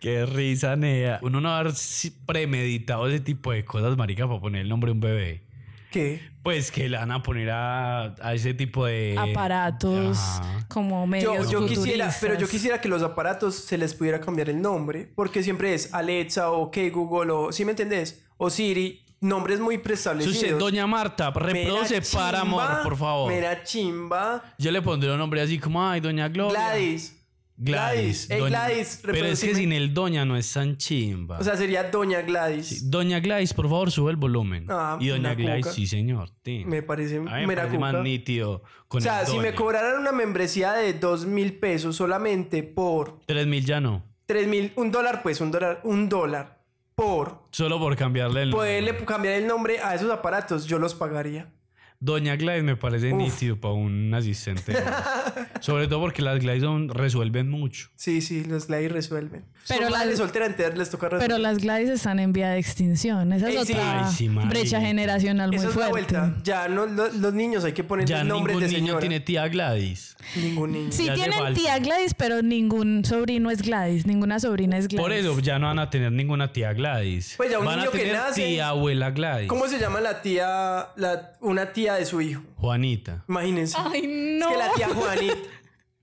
Qué risa, nea. Uno no haber si- premeditado ese tipo de cosas, marica, para poner el nombre de un bebé.
¿Qué?
Pues que le van a poner a, a ese tipo de...
Aparatos
Ajá.
como
Eh, Yo,
medios
yo quisiera,
futuristas.
pero yo quisiera que los aparatos se les pudiera cambiar el nombre, porque siempre es Alexa o OK Google o, ¿sí me entendés? O Siri, nombres muy
Si
preestablecidos.
usted, doña Marta,
Mera
reproduce
chimba,
para amor, por favor.
Mera chimba.
Yo le pondré un nombre así como, ay, doña Gloria.
Gladys. Gladys, eh,
doña-
Gladys,
Pero es que
reproducime.
sin el doña no es tan chimba.
O sea, sería Doña Gladys.
doña Gladys, por favor, sube el volumen.
Ah,
y doña
una
Gladys,
cuca.
sí, señor. tin.
Me parece
A mí me
mera
parece más
cuca.
nítido con
O sea,
el
si me
doña.
cobraran una membresía de dos mil pesos solamente por
Tres mil ya no.
tres mil, un dólar, pues, un dólar, un dólar por
Solo por cambiarle el nombre.
poderle cambiar el nombre a esos aparatos, yo los pagaría.
Doña Gladys me parece
Uf.
nítido para un asistente. Sobre todo porque las Gladys son- resuelven mucho.
Sí, sí, los Gladys resuelven.
Pero
Pero
la-
las de soltera enteras les toca resolver.
Pero las Gladys están en vía de extinción. Esa es
Ey, Eh, sí.
otra
Ay, sí, marica.
brecha generacional muy
Esa es la
fuerte.
vuelta. Ya no, lo- los niños hay que poner
Ya
nombres
ningún
de
niño
señora.
tiene tía Gladys.
Ningún niño.
Sí
Ya hace
tienen
falta.
tía Gladys, pero ningún sobrino es Gladys. Ninguna sobrina es Gladys.
Por eso ya no van a tener ninguna tía Gladys.
Pues ya un
van
niño
a
que
tener
nace-
tía abuela Gladys.
¿Cómo se llama la tía, la, una tía de su hijo?
Juanita.
Imagínense.
Ay, no.
Es que la tía Juanita.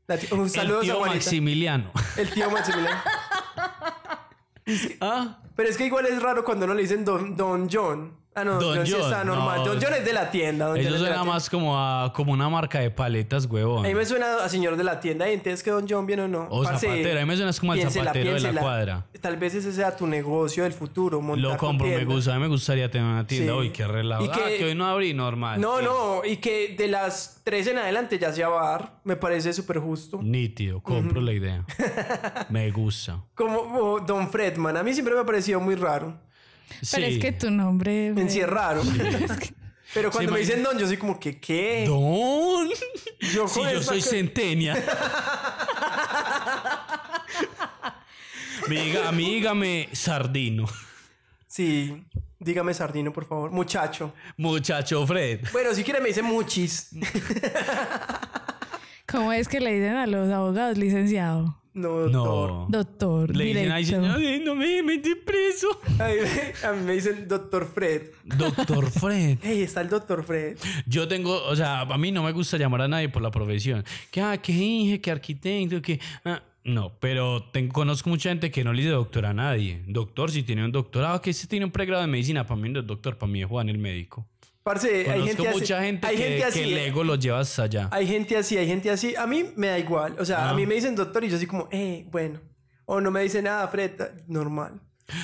La tía- un saludo
el
a
tío
Juanita.
Maximiliano.
El tío Maximiliano.
ah,
Pero es que igual es raro cuando no le dicen Don, don John. Ah, no,
Don
Don, sí
John,
está normal.
no.
Don John es de la tienda. Don John
eso
es de
suena
la tienda.
más como a como una marca de paletas, huevón.
A mí me suena a señor de la tienda. ¿Y entonces que Don John viene o no?
O zapatero, a mí me suena como el
piénsela,
zapatero de la
piénsela.
cuadra.
Tal vez ese sea tu negocio del futuro. montar
Lo
tu
compro, me
tienda.
gusta. A mí me gustaría tener una tienda.
Sí.
Uy, qué relajo.
Y
Ah,
que-
que hoy no abrí normal.
No,
Sí.
no, y que de las tres en adelante ya sea bar, me parece súper justo.
Nítido, compro la idea. Me gusta.
Como o Don Fredman, a mí siempre me ha parecido muy raro.
Pero
Sí.
es que tu nombre.
En
güey.
sí es raro. Pero cuando
imagina-
me dicen Don, yo soy como que, ¿qué?
Don.
Yo
Si
con
yo
esa
soy
ca-
centenia. Diga, amígame sardino.
Sí, dígame Sardino, por favor. Muchacho.
Muchacho Fred.
Bueno, si quiere me dice Muchis.
¿Cómo es que le dicen a los abogados, licenciado?
No, doctor.
No.
Doctor.
Le dicen ahí,
directo.
"No, eh, no me metí preso.
A mí, me- a mí me dicen Doctor Fred.
Doctor Fred.
Ey, está el Doctor Fred.
Yo tengo, o sea, a mí no me gusta llamar a nadie por la profesión. Que, ah, que inge, que arquitecto, que... ah, no, pero ten- conozco mucha gente que no le dice doctor a nadie. Doctor, si tiene un doctorado, que si tiene un pregrado de medicina, para mí no es doctor, para mí es Juan el médico.
Parce, hay
Conozco
gente así.
mucha gente,
hay
que,
gente
que
así.
el ego lo lleva hasta allá.
Hay gente así, hay gente así. A mí me da igual. O
Ah.
sea, a mí me dicen doctor y yo así como, eh, bueno. O no me dice nada, Fred. Normal.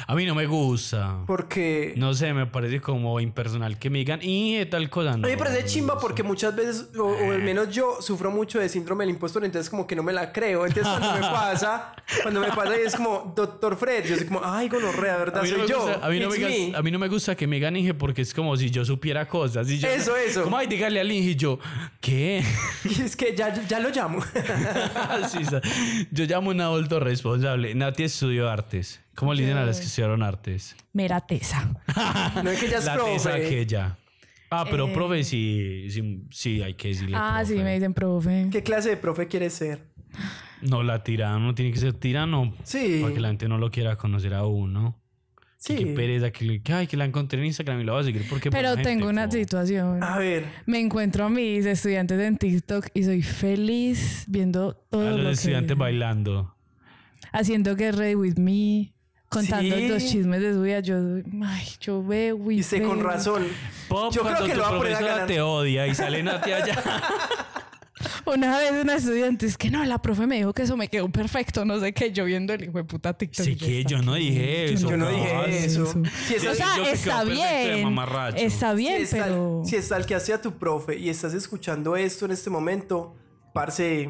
A mí no me gusta.
Porque.
No sé, me parece como impersonal que me digan, y tal cosa.
A mí me
No,
parece
no,
chimba porque muchas veces, o, o al menos yo, sufro mucho de síndrome del impostor, entonces como que no me la creo. Entonces cuando me pasa, cuando me pasa y es como, doctor Fred, yo soy como, ay, gonorrea,
A
¿verdad?
mí, no
Soy
me
yo.
gusta, a mí no
It's
me gas-
me.
a mí no me gusta que me digan Inge porque es como si yo supiera cosas. Y yo-
Eso, eso.
Como, ay, dígale al Inge y yo, ¿qué?
Y es que ya, ya lo llamo.
Sí, sa- yo llamo a un adulto responsable. Nati estudió artes. ¿Cómo le dicen a las que estudiaron artes?
Mera tesa.
No es que ya es
La tesa
profe.
aquella. Ah, pero profe sí, sí, sí, hay que decirle
Eh. Ah, sí,
profe.
me dicen profe.
¿Qué clase de profe quieres ser?
No, la tirano tiene que ser tirano.
Sí.
Para que la gente no lo quiera conocer a uno.
Sí.
Qué pereza que, que, ay, que la encontré en Instagram y la voy a seguir porque... pues,
Pero
la gente,
tengo una
como-
situación.
A ver,
Me encuentro a mis estudiantes en TikTok y soy feliz viendo
A
todo
los
lo que
estudiantes
dicen.
bailando.
haciendo que Ready With Me, contando
Sí.
los chismes de su vida. Yo, ay, yo veo y
Y sé con
veo.
razón.
Pop,
Yo creo
cuando
que
tu
lo va a poner a
profesora
ganar.
te odia y sale Nati allá.
Una vez una estudiante es que no, la profe me dijo que eso me quedó perfecto, no sé qué, yo viendo el hijo de puta TikTok.
Sí
y
que
"Está
yo no
aquí".
dije eso,
Yo no
No,
dije
sí,
eso.
sí.
Si
Yo
O
estás,
sí,
sea,
que quedó
está
perfecto de
bien.
mamarracho.
Está bien,
si estás-
pero.
si estalqueaste a tu profe y estás escuchando esto en este momento, parce,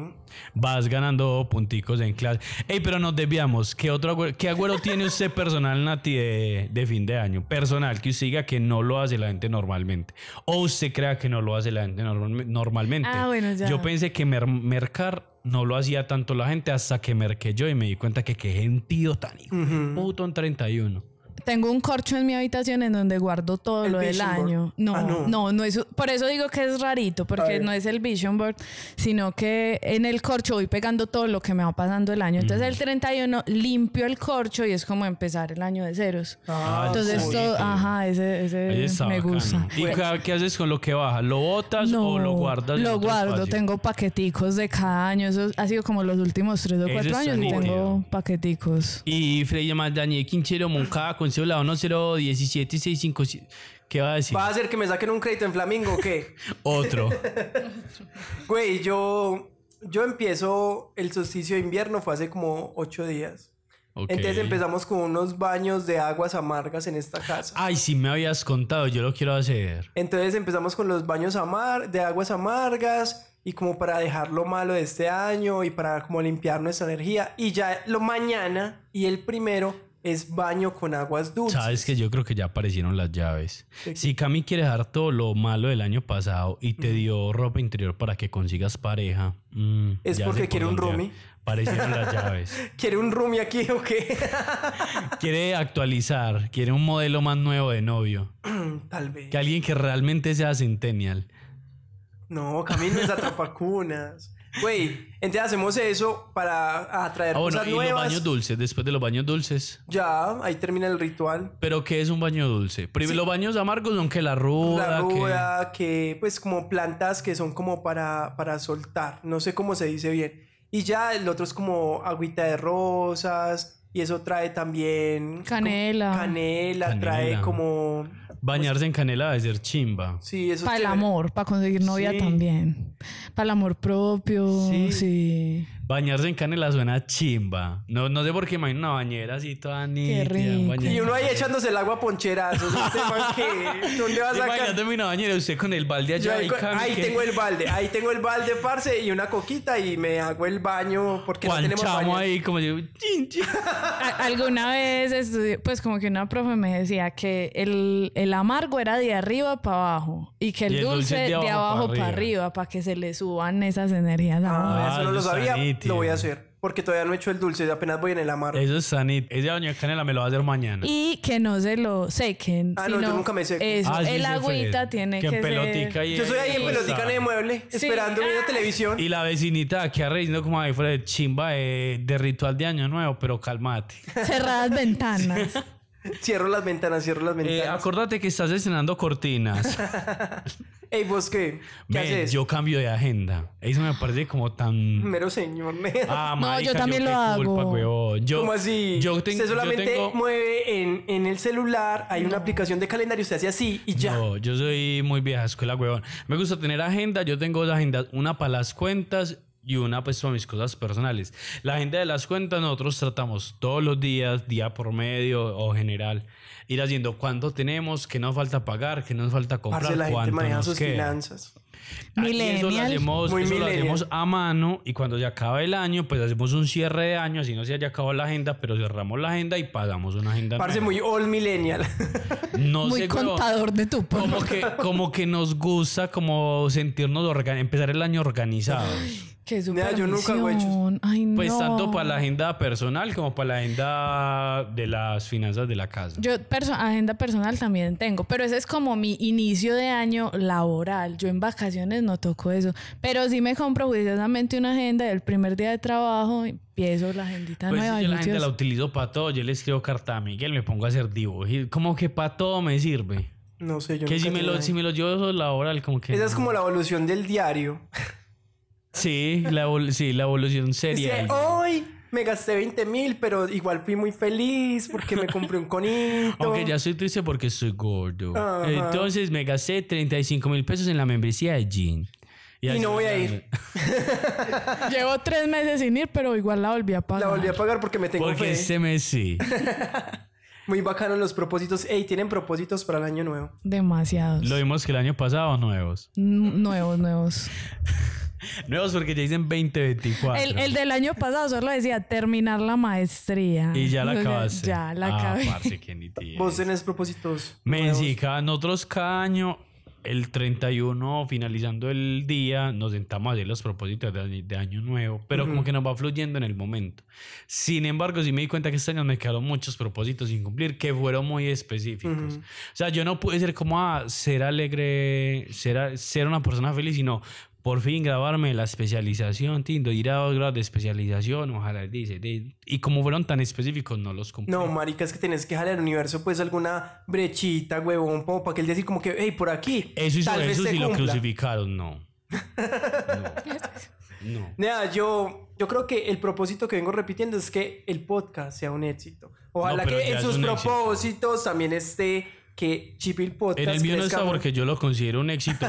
Vas ganando punticos en clase. Ey, pero nos desviamos. ¿Qué otro agüero, qué agüero tiene usted personal, Nati, de, de fin de año? Personal, que usted diga que no lo hace la gente normalmente. O usted crea que no lo hace la gente normal- normalmente.
Ah, bueno, ya.
Yo pensé que mer- mercar no lo hacía tanto la gente hasta que merqué yo y me di cuenta que qué gentío tan hijo de puto en 31.
Tengo un corcho en mi habitación en donde guardo todo
El
lo del
vision board.
año. No,
Ah, no.
no, no, es. Por eso digo que es rarito, porque
ver.
no es el vision board, sino que en el corcho voy pegando todo lo que me va pasando el año. Entonces el
Mm.
31 limpio el corcho y es como empezar el año de ceros.
Ah,
Entonces
sí.
todo, ajá, ese,
Ahí
ese
está
Eh, me
bacano.
gusta.
¿Y qué, qué haces con lo que baja? ¿Lo botas o lo guardas? en
Lo
otro
guardo,
espacio?
tengo paqueticos de cada año. Eso ha sido como los últimos tres o
Eso
cuatro
está
años y
nítido.
tengo paqueticos.
Y Freya Magdañé, Quinchero, Moncada, Consejo Lado, no 017657. ¿Qué va a decir?
¿va a hacer que me saquen un crédito en Flamingo o qué?
Otro.
Güey, yo, yo empiezo el solsticio de invierno, fue hace como ocho días.
Ok.
Entonces empezamos con unos baños de aguas amargas en esta casa.
Ay, si me habías contado, yo lo quiero hacer.
Entonces empezamos con los baños amar de aguas amargas y como para dejar lo malo de este año y para como limpiar nuestra energía. Y ya lo mañana y el primero es baño con aguas dulces.
Sabes que yo creo que ya aparecieron las llaves.
Sí. Mm.
Si Cami quiere dejar todo lo malo del año pasado y te dio ropa interior para que consigas pareja, mm,
Es
ya
porque
sé
quiere un
dónde
roomie.
va. Aparecieron las llaves.
¿Quiere un roomie aquí o qué?
Quiere actualizar, quiere un modelo más nuevo de novio.
Tal vez.
Que alguien que realmente sea centennial.
No, camino es atrapacunas. Güey, entonces hacemos eso para atraer
Ah, bueno,
cosas
y los
nuevas.
baños dulces, después de los baños dulces.
Ya, ahí termina el ritual.
Pero ¿qué es un baño dulce? Primero, los baños amargos son que la ruda,
La
que-
ruda, que... pues como plantas que son como para, para soltar, no sé cómo se dice bien. Y ya el otro es como agüita de rosas y eso trae también...
Canela.
como- Canela,
Canela.
trae como... pues
bañarse en canela debe ser chimba.
Sí, eso es
Para el
chévere.
amor, para conseguir novia
Sí.
también. Para el amor propio,
Sí.
sí.
Bañarse en canela suena chimba. No, no sé por qué imagino una bañera así toda nítida.
rico.
bañera.
Y uno ahí echándose el agua a poncherazos. este man que- ¿Dónde vas a sacar?
Imagínate una bañera usted con el balde
Yo
allá
ahí,
y
co-
Cami,
ahí
que-
tengo el balde, ahí tengo el balde, parce, y una coquita y me hago el baño porque no tenemos
Guanchamo
baño.
ahí como yo, chin, chin.
A- Alguna vez estudié, pues como que una profe me decía que el, el amargo era de arriba para abajo y que el,
Y el dulce
dulce,
es
de abajo, para
arriba.
arriba, para que se le suban esas energías a uno.
Ah,
Ah,
eso no
eso
lo
está
sabía,
nítido. Eh,
lo voy a hacer porque todavía no he hecho el dulce, apenas voy en el amargo.
Eso es sanito. Ese baño de canela me lo va a hacer mañana.
Y que no se lo sequen.
Ah, no,
sino
yo nunca me seco.
Eso,
Ah, sí,
el
se
agüita
fue.
tiene
que
que,
en pelotica
ser...
y
Yo soy ahí en
y
pelotica
está.
de mueble, esperando viendo televisión.
Y la vecinita aquí arreglando como ahí fuera de chimba de, de ritual de año nuevo, pero calmate.
cerradas ventanas.
Cierro las ventanas, cierro las
Eh,
ventanas.
acordate que estás estrenando cortinas.
Ey, vos qué, ¿qué
ah. Men,
haces?
yo cambio de agenda. Eso me parece como tan.
Mero señor. ¿no?
Ah,
No,
marica,
yo también
qué
lo
culpa,
hago.
huevón. Yo,
¿Cómo así?
Yo, ten-
usted
yo
solamente
tengo-
mueve en, en el celular, hay una aplicación de calendario, usted hace así y ya.
No, yo soy muy vieja escuela, huevón. Me gusta tener agenda. Yo tengo dos agendas, una para las cuentas y una pues para mis cosas personales. La agenda de las cuentas nosotros tratamos todos los días, día por medio o general, ir haciendo cuánto tenemos, qué nos falta pagar, qué nos falta comprar,
Parce, la gente
cuánto
maneja
nos
sus
queda.
finanzas.
Ah, y Eso, lo
Millennial.
hacemos,
Muy
eso lo
millennial.
hacemos a mano y cuando se acaba el año, pues hacemos un cierre de año, así no se haya acabado la agenda, pero cerramos la agenda y pagamos una agenda.
Parece
nueva.
muy old millennial.
No
Muy
sé, huevón,
contador de tu profe.
Como que, como que nos gusta como sentirnos orga- empezar el año organizados.
Qué
Nea, yo nunca hago
supervisión. Ay, no.
Pues tanto para la agenda personal como para la agenda de las finanzas de la casa.
Yo perso- agenda personal también tengo, pero ese es como mi inicio de año laboral. Yo en vacaciones no toco eso, pero sí me compro juiciosamente una agenda y el primer día de trabajo empiezo la agendita
Pues sí,
nueva.
yo la gente
juiciosa.
la utilizo para todo. Yo le escribo carta a Miguel, me pongo a hacer dibujos. y Como que para todo me sirve.
No sé, yo
Que si
nunca
me, lo,
tenía-
si me lo llevo eso laboral, como que...
Esa
no.
es como la evolución del diario.
Sí, la, evol- sí, la evolución
Dice,
seria.
hoy me gasté 20 mil, pero igual fui muy feliz porque me compré un conito.
Aunque ya soy triste porque soy gordo.
Ajá.
Entonces me gasté 35 mil pesos en la membresía de Jean.
Y
así
no voy a
me-
ir.
Llevo tres meses sin ir, pero igual la volví a pagar.
La volví a pagar porque me tengo
Porque
fe.
este mes sí.
Muy bacano los propósitos. Ey, tienen propósitos para el año nuevo.
Demasiados.
Lo vimos que el año pasado, nuevos.
N- Nuevos, nuevos.
Nuevos porque ya dicen 2024.
El, el del año pasado solo decía terminar la maestría.
Y ya la acabaste.
Ya la acabé.
Ah, parce, que ni tienes.
Vos tenés propósitos.
Men,
nuevos?
sí, cada- nosotros cada año, el 31, finalizando el día, nos sentamos a hacer los propósitos de, de año nuevo, pero como que nos va fluyendo en el momento. Sin embargo, sí me di cuenta que este año me quedaron muchos propósitos sin cumplir que fueron muy específicos.
Ujú.
O sea, yo no pude ser como ah, ser alegre, ser, a- ser una persona feliz, sino por fin grabarme la especialización, Tindo, ir a dos grados de especialización, ojalá dice. de- y como fueron tan específicos, no los cumplí.
No, marica, es que tenés que jalar al universo pues alguna brechita, huevón, como para que él decir como que, hey, por aquí.
Eso hizo
tal vez
eso
se
si lo
cumpla.
crucificaron, no. No. No.
Nada, yo, yo creo que el propósito que vengo repitiendo es que el podcast sea un éxito. Ojalá
No, pero
que
ya
en
es
sus
un éxito.
propósitos también esté que Chipil Podcast.
En el mío no
crezca
está
mu-
porque yo lo considero un éxito.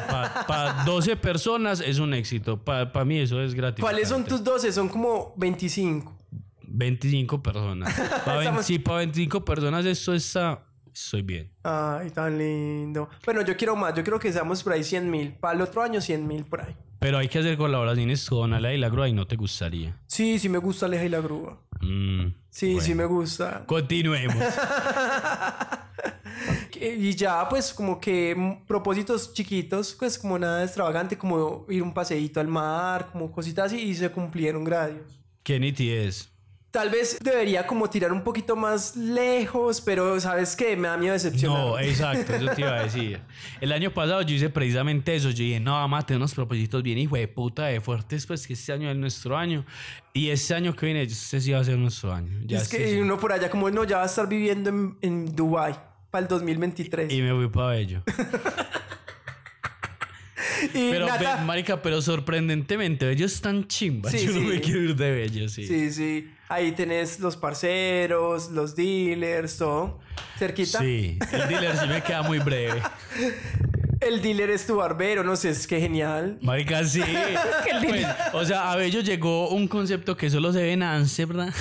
Para 12 personas es un éxito. Para mí eso es gratis.
¿Cuáles son tus 12? Son como 25.
25 personas. Para
Estamos-
sí, para 25 personas eso está... Estoy bien.
Ay, tan lindo. Bueno, yo quiero más. Yo quiero que seamos por ahí 100 mil. Para el otro año 100 mil por ahí.
Pero hay que hacer colaboraciones con Ala y la Grúa y no te gustaría.
Sí, sí me gusta Aleja y la Grúa.
Mm,
Sí, sí
bueno.
me gusta.
Continuemos.
Y ya, pues, como que mm, propósitos chiquitos, pues, como nada extravagante, como ir un paseíto al mar, como cositas así, y se cumplieron gracias.
Kenny es?
Tal vez debería como tirar un poquito más lejos, pero ¿sabes qué? Me da miedo decepcionar.
No, exacto, eso te iba a decir. El año pasado yo hice precisamente eso. Yo dije, no, vamos a tener unos propósitos bien hijo de puta de fuertes, pues que este año es nuestro año. Y este año que viene, este sí va a ser nuestro año. Ya
es que
este sí.
uno por allá como, no, ya va a estar viviendo en, en Dubái para el 2023.
Y
Y,
me fui para ello. Pero,
Nata-
ve- marica, pero sorprendentemente, Bello es tan chimba.
Sí,
yo no
sí.
me quiero ir de Bello, sí.
Sí, sí. Ahí tenés los parceros, los dealers, todo. Cerquita.
Sí, el dealer sí me queda muy breve.
El dealer es tu barbero, no sé, es que genial.
Marica, sí. Pues, o sea, a Bello llegó un concepto que solo se ve en Anse, ¿verdad?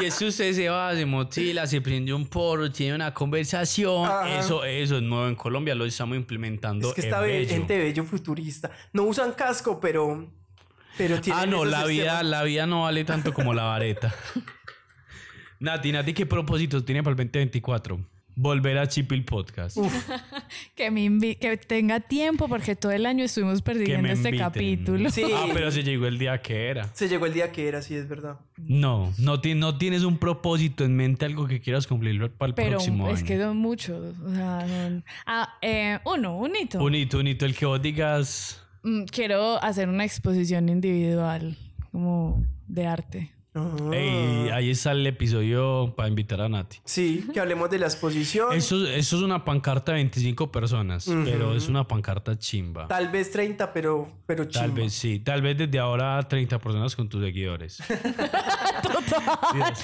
y es que usted se va, se motila, se prende un porro, tiene una conversación.
Ajá.
Eso, eso es nuevo en Colombia, lo estamos implementando
Es que
en
esta ve-
Bello.
gente bello futurista. No usan casco, pero. Pero tienen.
Ah, no,
esos
la vida,
sistemas.
la vida no vale tanto como la vareta. Nati, Nati, ¿qué propósitos tiene para el 2024? Volver a Chipil Podcast.
Que, me invi- que tenga tiempo porque todo el año estuvimos
que
persiguiendo
me
este
inviten.
capítulo.
Sí.
Ah, pero se llegó el día que era.
Se llegó el día que era, sí, es verdad.
No, no, ti- no tienes un propósito en mente, algo que quieras cumplir para el
Pero
próximo
es
año.
que son muchos. O sea, son- Ah, eh, uno, un hito.
Bonito, bonito. El que vos digas.
Mm, Quiero hacer una exposición individual, como de arte.
Ah.
"Ey, ahí está el episodio para invitar a Nati.
Sí, que hablemos de la exposición.
Eso, eso es una pancarta de 25 personas, pero es una pancarta chimba. Tal,
Tal vez 30, pero, pero chimba.
vez sí. Tal vez desde ahora 30 personas con tus seguidores. Dios.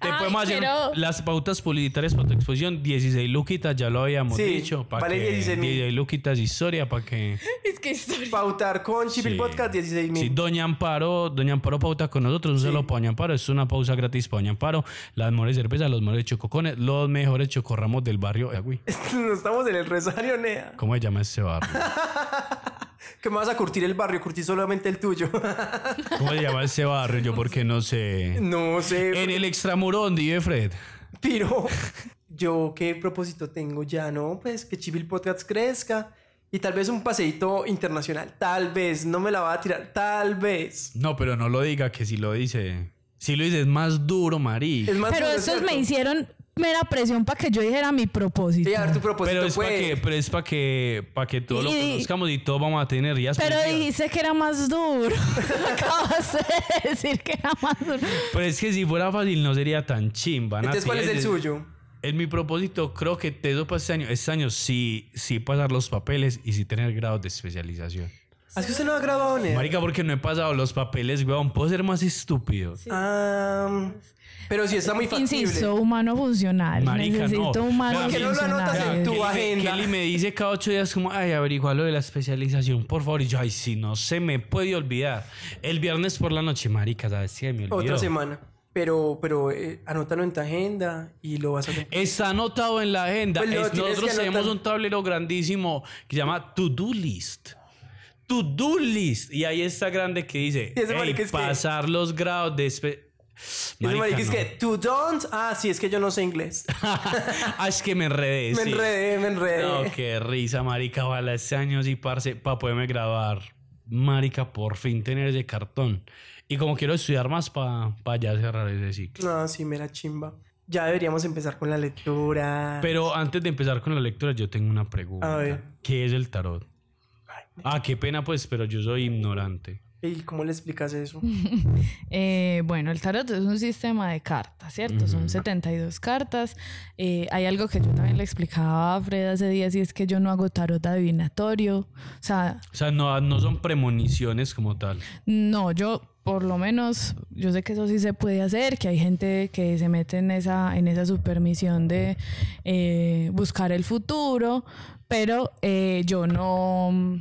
Te
Ay,
podemos hacer
pero-
las pautas publicitarias para tu exposición. 16 luquitas, ya lo habíamos
Sí,
dicho. Para
vale
que
16.000.
16 luquitas historia para que.
Es que historia.
Pautar con Chipil
Sí.
Podcast 16 mil.
Sí, Doña Amparo, Doña Amparo pauta con nosotros, un solo para Doña Amparo, es una pausa gratis para Doña Amparo, las mejores cervezas, los mejores chococones, los mejores chocorramos del barrio, eh, güey,
no estamos en el rosario, Nea.
¿cómo se llama ese barrio?
¿Qué me vas a curtir el barrio? Curtí solamente el tuyo.
¿Cómo se llama ese barrio? Yo porque no sé.
no sé.
En el extramuro donde vive Fred.
Pero yo qué propósito tengo ya, ¿no? Pues que Chivil Podcast crezca y tal vez un paseíto internacional. Tal vez, no me la va a tirar. Tal vez.
No, pero no lo diga, que si lo dice, si lo dice es más duro, marí.
Es más
Pero
duro,
estos
¿cierto?
me hicieron mera presión para que yo dijera mi propósito.
Sí, a ver tu propósito.
Pero es para
pues.
que, pero es para que, para que todos lo
Y-
conozcamos y todos vamos a tener días
Pero
positivas.
dijiste que era más duro. Acabas de decir que era más duro.
Pero es que si fuera fácil no sería tan chimba.
Entonces,
Nati.
¿cuál es el
de-
suyo?
En mi propósito, creo que te doy para este año. Este año sí, sí pasar los papeles y sí tener grados de especialización.
Ah, ¿Es que usted no ha grabado, Ned?
Marica, porque no he pasado los papeles, weón. Puedo ser más estúpido.
Ah, pero sí está muy factible.
Insisto, humano funcional.
Marica,
Necesito
no.
humano
¿Por qué no
lo
funcional.
anotas en tu-
Kelly me-
agenda.
Kelly me dice cada ocho días como, ay, averigua lo de la especialización, por favor. Y yo, ay, si no se me puede olvidar. El viernes por la noche, marica, ¿sabes? Sí, me olvidó.
Otra semana. Pero, pero eh, anótalo en tu agenda y lo vas a hacer.
Está anotado en la agenda.
Pues lo
Es-
tienes que
nosotros
anotar.
tenemos un tablero grandísimo que se llama To-Do List. To-Do List. Y ahí está grande que dice,
Y ese marica
"Ey,
es que-
pasar los grados de... espe-
Y ese
Marica,
marica es
no.
que, tú don't. Ah, sí, es que yo no sé inglés.
Ah, es que me enredé.
Me
sí. Ah,
enredé, me enredé.
No, qué risa, marica. Ojalá este año sí, parce, para poderme grabar. Marica, por fin tener ese cartón. Y como quiero estudiar más para ya cerrar ese ciclo.
No, sí, mera chimba. Ya deberíamos empezar con la lectura.
Pero antes de empezar con la lectura, yo tengo una
A
pregunta.
ver.
¿Qué es el tarot? Ah, qué pena pues, pero yo soy ignorante.
¿Y cómo le explicas eso?
Eh, bueno, el tarot es un sistema de cartas, ¿cierto? Son 72 cartas. Eh, hay algo que yo también le explicaba a Fred hace días y es que yo no hago tarot adivinatorio. O sea,
O sea, no, no son premoniciones como tal.
No, yo por lo menos, yo sé que eso sí se puede hacer, que hay gente que se mete en esa, en esa supermisión de eh, buscar el futuro, pero eh, yo no,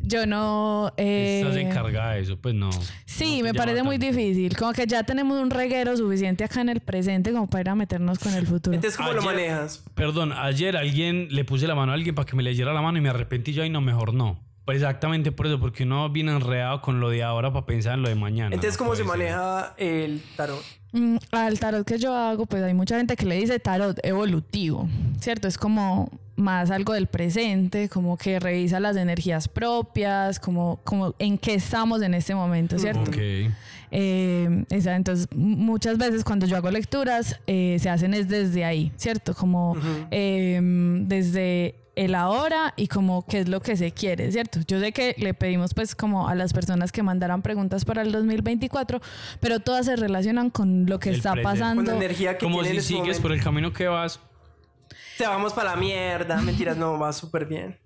yo no... eh,
Estás encargada de eso, pues no.
Sí, me
no te llama
parece muy
tanto.
difícil. Como que ya tenemos un reguero suficiente acá en el presente como para ir a meternos con el futuro.
Entonces, ¿cómo lo
Ayer-
manejas?
Perdón, ayer alguien le puse la mano a alguien para que me leyera la mano y me arrepentí yo, y no, mejor no. Pues exactamente por eso, porque uno viene enredado con lo de ahora para pensar en lo de mañana. No
Entonces, ¿cómo
puede
se
ser.
maneja el tarot?
Mm, al tarot que yo hago, pues hay mucha gente que le dice tarot evolutivo, ¿cierto? Es como más algo del presente, como que revisa las energías propias, como, como en qué estamos en este momento, ¿cierto?
Ok.
Eh, esa- entonces, m- muchas veces cuando yo hago lecturas, eh, se hacen es desde ahí, ¿cierto? Como eh, desde el ahora y como qué es lo que se quiere, ¿cierto? Yo sé que le pedimos pues como a las personas que mandaran preguntas para el 2024, pero todas se relacionan con lo que
El
está
presente.
Con la
pasando.
energía que
Como
tiene en
si
este
sigues
momento.
por el camino que vas.
Te vamos para la mierda. Mentiras, no, va súper bien.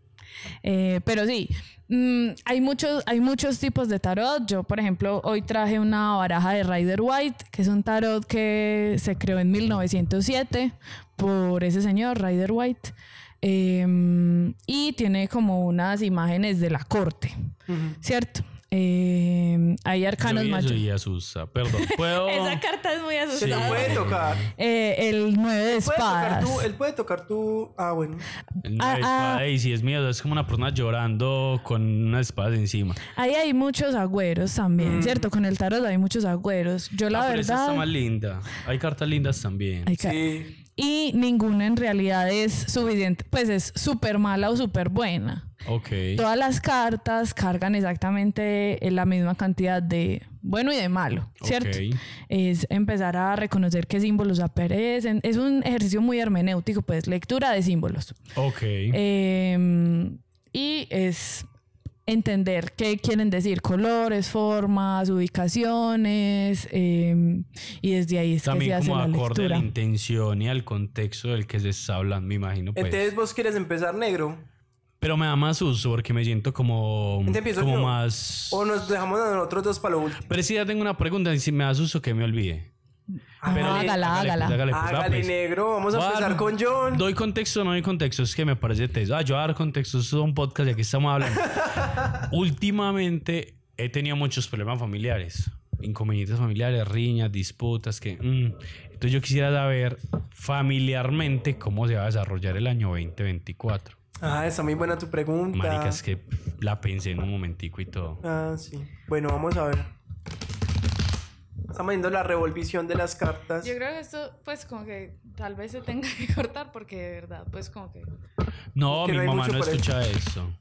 Eh, pero sí, mm, hay, muchos, hay muchos tipos de tarot. Yo, por ejemplo, hoy traje una baraja de Rider White, que es un tarot que se creó en 1907 por ese señor, Rider White. Eh, y tiene como unas imágenes de la corte, ¿cierto? Eh, hay arcanos
Yo vi eso
mayores.
y Oh. asusta. Perdón. ¿Puedo?
Esa carta es muy
Se
asustada.
lo puede tocar.
Eh, el 9 de
Puede tocar
espadas.
tú, él puede tocar tú. Ah, bueno.
No,
Ah,
espada,
ah.
y si es miedo, es como una persona llorando con una espada encima.
Ahí hay muchos agüeros también, ¿cierto? Con el tarot hay muchos agüeros. Yo la
Mm. Ah, pero esa
verdad...
está más linda. Hay cartas lindas también.
Ay, ca-
Sí.
Y ninguna en realidad es suficiente, pues es súper mala o súper buena.
Ok.
Todas las cartas cargan exactamente eh, la misma cantidad de bueno y de malo, ¿cierto?
Ok.
Es empezar a reconocer qué símbolos aparecen. Es un ejercicio muy hermenéutico, pues lectura de símbolos.
Ok.
Eh, y es entender qué quieren decir, colores, formas, ubicaciones, eh, y desde ahí es
también
que se hace
como
la
acorde a la
lectura.
intención y al contexto del que se está hablando, me imagino. Pues.
Entonces, vos quieres empezar negro.
Pero me da más uso porque me siento como,
Entonces, empiezo
como
yo.
más...
O nos dejamos a nosotros dos para lo último.
Pero si ya tengo una pregunta, y si me da susto que me olvide. Pero-
Ah, hágala,
Hágale, pues,
hágala.
hágale, pues, va,
Hágale
pues.
negro. Vamos a
Voy a dar-
empezar con John.
Doy contexto o no doy contexto, es que me parece teso. Ah, yo voy a dar contexto, esto es un podcast y aquí estamos hablando. Últimamente he tenido muchos problemas familiares, inconvenientes familiares, riñas, disputas, que... mm. Entonces yo quisiera saber familiarmente cómo se va a desarrollar el año 2024.
Ah, está muy buena tu pregunta.
Marica, es que la pensé en un momentico y todo.
Ah, sí. Bueno, vamos a ver. Estamos viendo la revolvición de las cartas.
Yo creo que esto, pues, como que tal vez se tenga que cortar porque de verdad, pues, como que.
No,
Que
mi
no hay
mamá
mucho
no
por ahí.
escucha eso.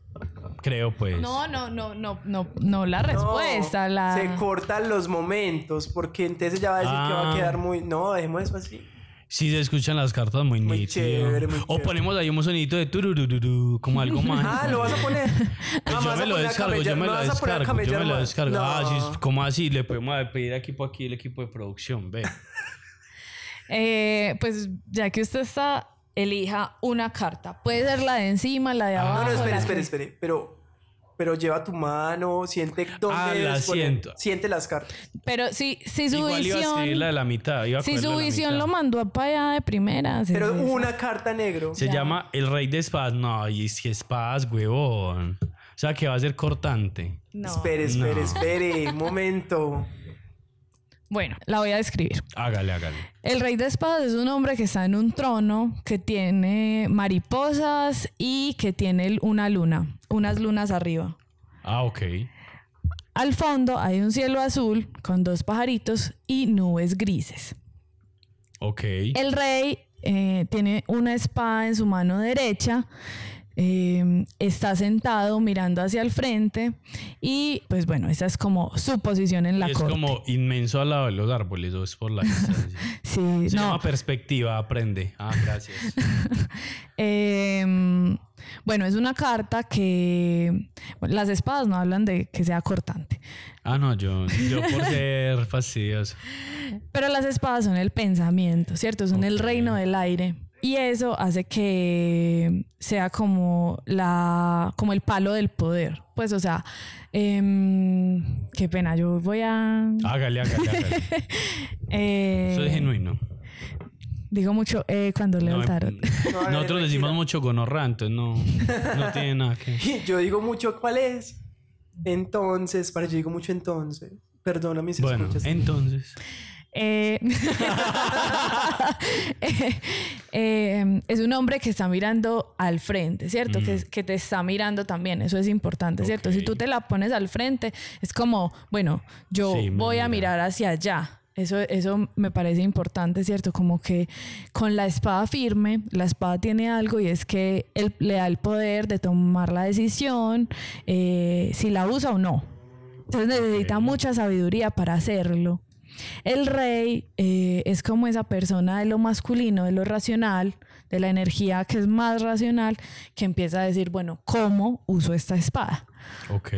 Creo pues.
No, no, no, no, no, no, la
No,
respuesta, la.
Se cortan los momentos porque entonces ya va a decir que va
Ah.
a quedar muy... No, dejemos eso así.
Sí se escuchan las cartas muy,
Muy
nítido.
chévere, muy
O
chévere.
ponemos ahí un sonidito de tururururu, como algo mágico.
Ah, lo vas a poner.
Pues
Ah,
yo
vas
me
a
lo
poner a
descargo, yo
camellar-
me lo
vas a poner a
descargo, yo me
camellar
lo
más.
descargo. Ah,
No.
sí, ¿cómo así? Le podemos pedir equipo aquí, el equipo de producción, ve.
Eh, pues, ya que usted está, elija una carta. Puede ser la de encima, la de
Ah.
abajo.
No, no,
la
espere,
que-
espere, espere. Pero pero lleva tu mano, siente dónde
Ah, la
debes poner.
siento.
Siente las cartas.
Pero si, si su
Igual iba a escribir
visión.
la de la mitad. iba a
Si
coger la
su
de la
visión
mitad.
lo mandó a allá de primera. sí,
Pero
sí, sí.
una carta negro.
Se
Ya.
llama El Rey de Espadas. No, y es que espadas, huevón. O sea, que va a ser cortante.
No.
Espere, espere,
No.
espere. Un momento.
Bueno, la voy a describir.
Hágale, hágale.
El rey de espadas es un hombre que está en un trono, que tiene mariposas y que tiene l- una luna, unas lunas arriba.
Ah, ok.
Al fondo hay un cielo azul con dos pajaritos y nubes grises.
Ok.
El rey eh, tiene una espada en su mano derecha, eh, está sentado mirando hacia el frente y pues bueno, esa es como su posición en la
Y es
corte.
como inmenso al lado de los árboles, o es por la distancia.
Sí,
Se
no,
llama perspectiva, aprende. Ah, gracias.
Em, bueno, es una carta que bueno, las espadas no hablan de que sea cortante,
Ah, no, yo, yo por ser fastidioso.
pero las espadas son el pensamiento, ¿cierto? Son el
Ok.
reino del aire. Y eso hace que sea como, la, como el palo del poder. Pues, o sea, em, qué pena, yo voy a...
Hágale, hágale, hágale.
eh,
Eso es Ah, genuino.
digo mucho eh, cuando leo
No,
el tarot.
No, eh,
nosotros decimos mucho gonorra, entonces no, no tiene nada que.
Yo digo mucho cuál es. Entonces, para yo digo mucho entonces. Perdóname si
Bueno,
escuchas.
entonces.
Eh, eh, eh, es un hombre que está mirando al frente, ¿cierto? Que, es- que te está mirando también, eso es importante, ¿cierto? Si tú
Ok.
te la pones al frente, es como, bueno, yo
Sí, me
voy a
mira.
mirar hacia allá. Eso, eso me parece importante, ¿cierto? Como que con la espada firme, la espada tiene algo y es que él le da el poder de tomar la decisión, eh, si la usa o no. Entonces necesita
Ok.
mucha sabiduría para hacerlo. El rey eh, es como esa persona de lo masculino, de lo racional, de la energía que es más racional, que empieza a decir, bueno, ¿cómo uso esta espada?
Ok.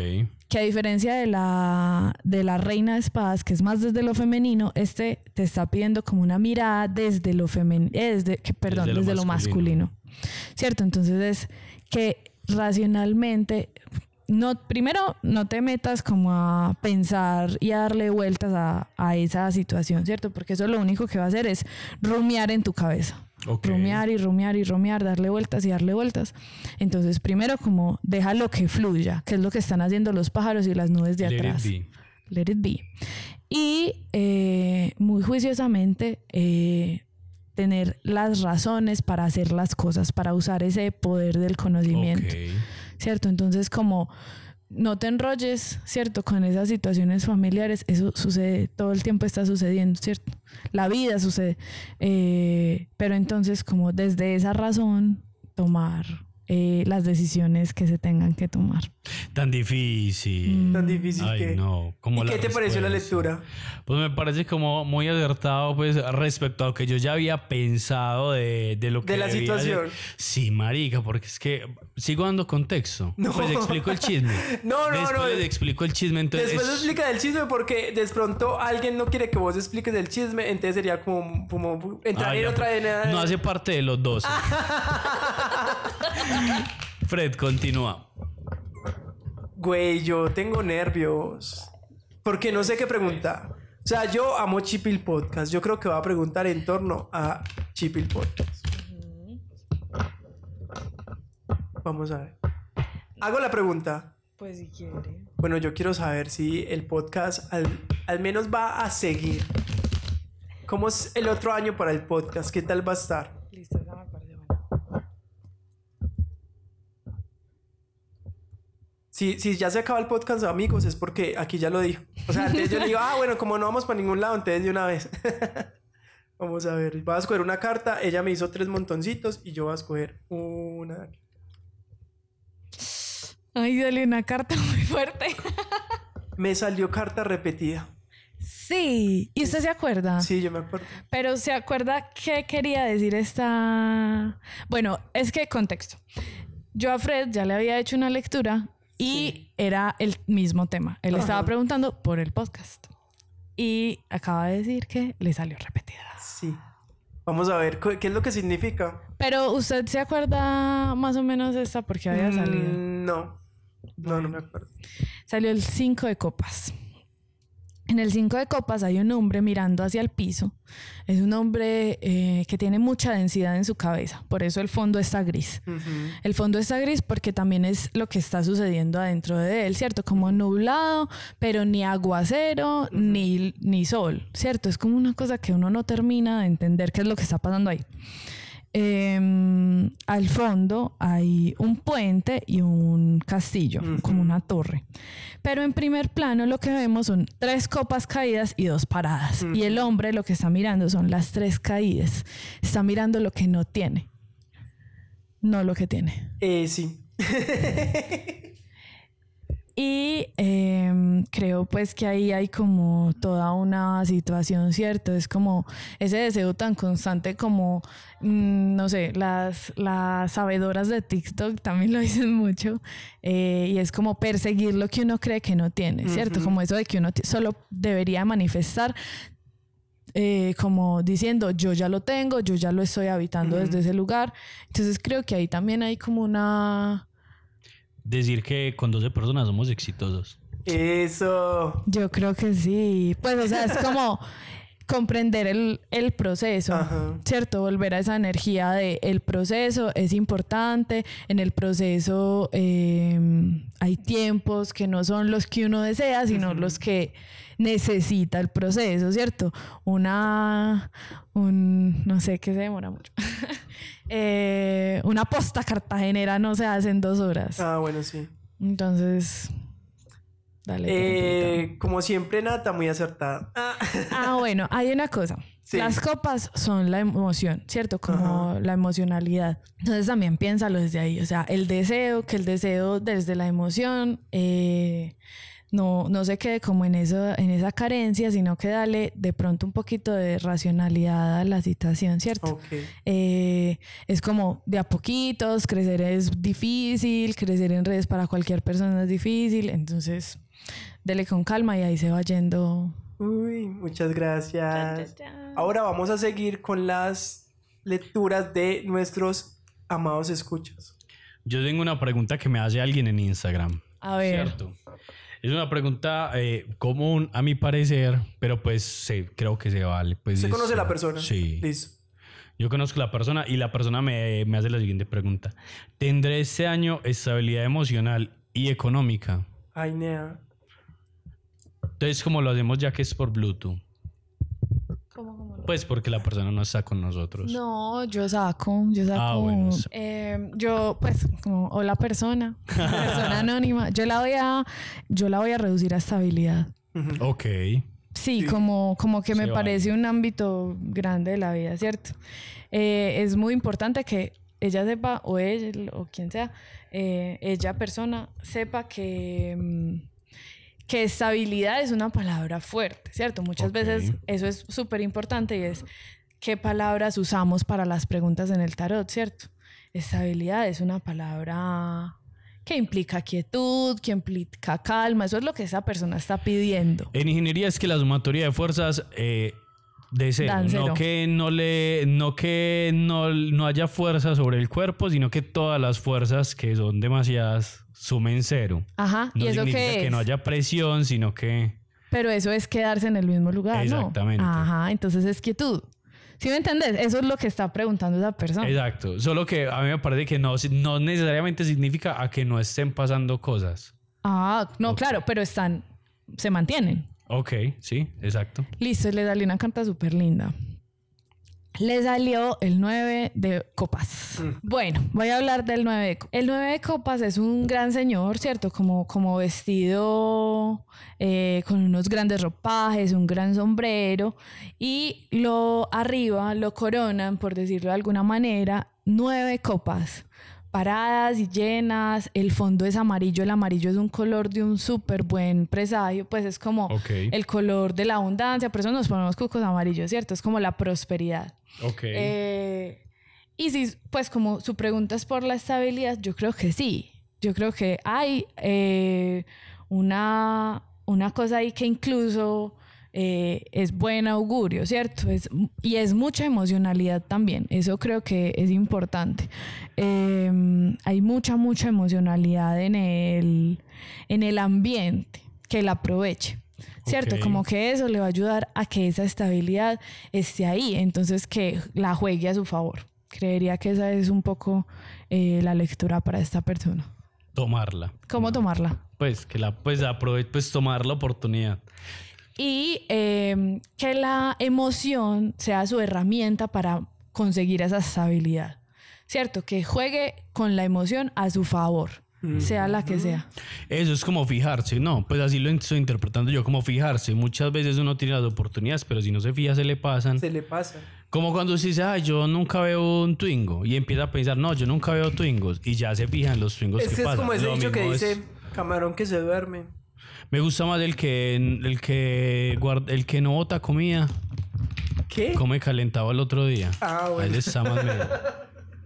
Que a diferencia de la, de la reina de espadas, que es más desde lo femenino, este te está pidiendo como una mirada desde lo femenino, desde, que, perdón,
Desde
desde,
lo
lo
masculino.
masculino. ¿Cierto? Entonces es que racionalmente, no, primero no te metas como a pensar y a darle vueltas a, a esa situación, ¿cierto? Porque eso lo único que va a hacer es rumiar en tu cabeza
Ok.
rumiar y rumiar y rumiar, darle vueltas y darle vueltas. Entonces, primero como deja lo que fluya, que es lo que están haciendo los pájaros y las nubes de
Let it
atrás.
be.
Let it be. Y eh, muy juiciosamente eh, tener las razones para hacer las cosas, para usar ese poder del conocimiento.
Ok.
¿cierto? Entonces, como no te enrolles, ¿cierto? Con esas situaciones familiares, eso sucede, todo el tiempo está sucediendo, ¿cierto? La vida sucede. Eh, pero entonces, como desde esa razón, tomar eh, las decisiones que se tengan que tomar.
Tan difícil.
Tan difícil que.
Ay, no. Como
¿Y
la
qué te pareció la
respuesta.
lectura?
Pues me parece como muy acertado, pues, respecto a lo que yo ya había pensado de, de lo que.
De la
debía hacer.
situación.
Sí, marica, porque es que sigo dando contexto.
No.
Pues explico el chisme.
No, no,
Después
no.
les explico el chisme, entonces.
Después
es-
explica del chisme porque de pronto alguien no quiere que vos expliques el chisme, entonces sería como, como entrar
Ay,
en
no,
otra arena.
No hace parte de los dos. Fred, continúa.
Güey, yo tengo nervios. Porque no sé qué preguntar. O sea, yo amo Chipil Podcast. Yo creo que va a preguntar en torno a Chipil Podcast. Vamos a ver. Hago la pregunta.
Pues si quiere.
Bueno, yo quiero saber si el podcast al, al menos va a seguir. ¿Cómo es el otro año para el podcast? ¿Qué tal va a estar?
Listo, ya me parece bueno.
Si, si ya se acaba el podcast, amigos, es porque aquí ya lo dijo. O sea, antes yo le digo, ah, bueno, como no vamos para ningún lado, entonces de una vez. vamos a ver, voy a escoger una carta, ella me hizo tres montoncitos y yo voy a escoger una.
Ay, dale una carta muy fuerte.
Me salió carta repetida.
Sí. ¿Y usted se acuerda?
Sí, yo me acuerdo.
Pero se acuerda qué quería decir esta. Bueno, es que contexto. Yo a Fred ya le había hecho una lectura y era el mismo tema. Él estaba
Ajá.
preguntando por el podcast. Y acaba de decir que le salió repetida.
Sí. Vamos a ver, ¿cu- ¿qué es lo que significa?
Pero usted se acuerda más o menos esta porque había
Mm,
salido.
No. No, no me acuerdo.
Salió el 5 de copas. En el 5 de copas hay un hombre mirando hacia el piso. Es un hombre eh, que tiene mucha densidad en su cabeza, por eso el fondo está gris.
Ujú.
El fondo está gris porque también es lo que está sucediendo adentro de él, ¿cierto? Como nublado, pero ni aguacero, ni, ni sol, ¿cierto? Es como una cosa que uno no termina de entender qué es lo que está pasando ahí. Em, al fondo hay un puente y un castillo, como una torre. Pero en primer plano lo que vemos son tres copas caídas y dos paradas. Y el hombre lo que está mirando son las tres caídas. Está mirando lo que no tiene, no lo que tiene.
Eh, sí.
Y em, creo pues que ahí hay como toda una situación, ¿cierto? Es como ese deseo tan constante como, mm, no sé, las, las sabedoras de TikTok también lo dicen mucho, eh, y es como perseguir lo que uno cree que no tiene, ¿cierto? Como eso de que uno ti- solo debería manifestar eh, como diciendo yo ya lo tengo, yo ya lo estoy habitando desde ese lugar. Entonces creo que ahí también hay como una...
Decir que con 12 personas somos exitosos.
Eso.
Yo creo que sí. Pues, o sea, es como comprender el, el proceso,
Ajá.
¿cierto? Volver a esa energía de el proceso es importante, en el proceso eh, hay tiempos que no son los que uno desea, sino los que necesita el proceso, ¿cierto? Una, un, no sé, que se demora mucho. Eh, una posta cartagenera no se hace en dos horas.
Ah, bueno, sí.
Entonces, dale. tantito.
Eh, como siempre, Nata, muy acertada. Ah,
Ah, bueno, hay una cosa.
Sí.
Las copas son la emoción, ¿cierto? Como la emocionalidad. Entonces también piénsalo desde ahí. O sea, el deseo, que el deseo desde la emoción eh, no, no se quede como en, eso, en esa carencia, sino que dale de pronto un poquito de racionalidad a la situación, ¿cierto?
ok.
Eh, es como de a poquitos, crecer es difícil, crecer en redes para cualquier persona es difícil, entonces dele con calma y ahí se va yendo.
Uy, muchas gracias. Ahora vamos a seguir con las lecturas de nuestros amados escuchas.
Yo tengo una pregunta que me hace alguien en Instagram.
A ver,
Cierto. Es una pregunta eh, común, a mi parecer, pero pues sí, creo que se vale. Pues,
¿Usted
es-
conoce la persona?
Sí.
Listo.
Yo conozco la persona y la persona me, me hace la siguiente pregunta. ¿Tendré este año estabilidad emocional y económica?
Ay, Nea.
Entonces, como lo hacemos ya que es por Bluetooth. Pues porque la persona no está con nosotros.
no, yo saco, yo saco.
Ah, bueno, sí.
eh, yo, pues, como, hola persona, persona anónima, yo la voy a, yo la voy a reducir a estabilidad.
Ujú.
Ok.
Sí,
Sí.
Como, como que
Se
me
vale.
parece un ámbito grande de la vida, ¿cierto? Eh, es muy importante que ella sepa, o él, o quien sea, eh, ella persona, sepa que, mm, que estabilidad es una palabra fuerte, ¿cierto? Muchas
Ok.
veces eso es súper importante y es qué palabras usamos para las preguntas en el tarot, ¿cierto? Estabilidad es una palabra que implica quietud, que implica calma, eso es lo que esa persona está pidiendo.
En ingeniería es que la sumatoria de fuerzas eh, de cero.
Dan cero.
No que, no, le, no, que no, no haya fuerza sobre el cuerpo, sino que todas las fuerzas que son demasiadas sumen cero.
Ajá,
No
¿y eso
significa
qué es?
que no haya presión, sino que...
Pero eso es quedarse en el mismo lugar, ¿no?
Exactamente.
Ajá, entonces es quietud. ¿Sí me entendés? Eso es lo que está preguntando esa persona.
Exacto. Solo que a mí me parece que no, no necesariamente significa a que no estén pasando cosas.
Ah, no,
Ok.
claro, pero están, se mantienen.
Ok, sí, exacto.
Listo, le salió una carta súper linda. Le salió el 9 de copas. Bueno, voy a hablar del 9 de copas. El 9 de copas es un gran señor, ¿cierto? Como, como vestido eh, con unos grandes ropajes, un gran sombrero. Y lo arriba lo coronan, por decirlo de alguna manera, nueve copas. Paradas y llenas, el fondo es amarillo, el amarillo es un color de un súper buen presagio, pues es como
Ok.
el color de la abundancia, por eso nos ponemos cucos amarillos, ¿cierto? Es como la prosperidad.
Ok.
Eh, y si, pues como su pregunta es por la estabilidad, yo creo que sí. Yo creo que hay eh, una, una cosa ahí que incluso eh, es buen augurio, ¿cierto? Es, y es mucha emocionalidad también, eso creo que es importante. Eh, hay mucha, mucha emocionalidad en el, en el ambiente que la aproveche. ¿Cierto?
Ok.
Como que eso le va a ayudar a que esa estabilidad esté ahí, entonces que la juegue a su favor. Creería que esa es un poco eh, la lectura para esta persona.
Tomarla.
¿Cómo tomarla?
Pues que la pues aprove pues tomar la oportunidad.
y eh, que la emoción sea su herramienta para conseguir esa estabilidad. ¿Cierto? Que juegue con la emoción a su favor, sea la que sea.
Eso es como fijarse, no, pues así lo estoy interpretando yo como fijarse. Muchas veces uno tiene las oportunidades, pero si no se fija se le pasan.
Se le pasa.
Como cuando se dice, "Ay, yo nunca veo un Twingo" y empieza a pensar, "No, yo nunca veo Twingos" y ya se fijan los Twingos
Es
que
que Este es
pasan.
como ese
Pues, Lo
dicho que
mismo es-
dice, camarón que se duerme.
Me gusta más el que el que guarda- el que no bota comida
¿Qué?
come calentado al otro día.
Ah, bueno.
Ahí les está más mero.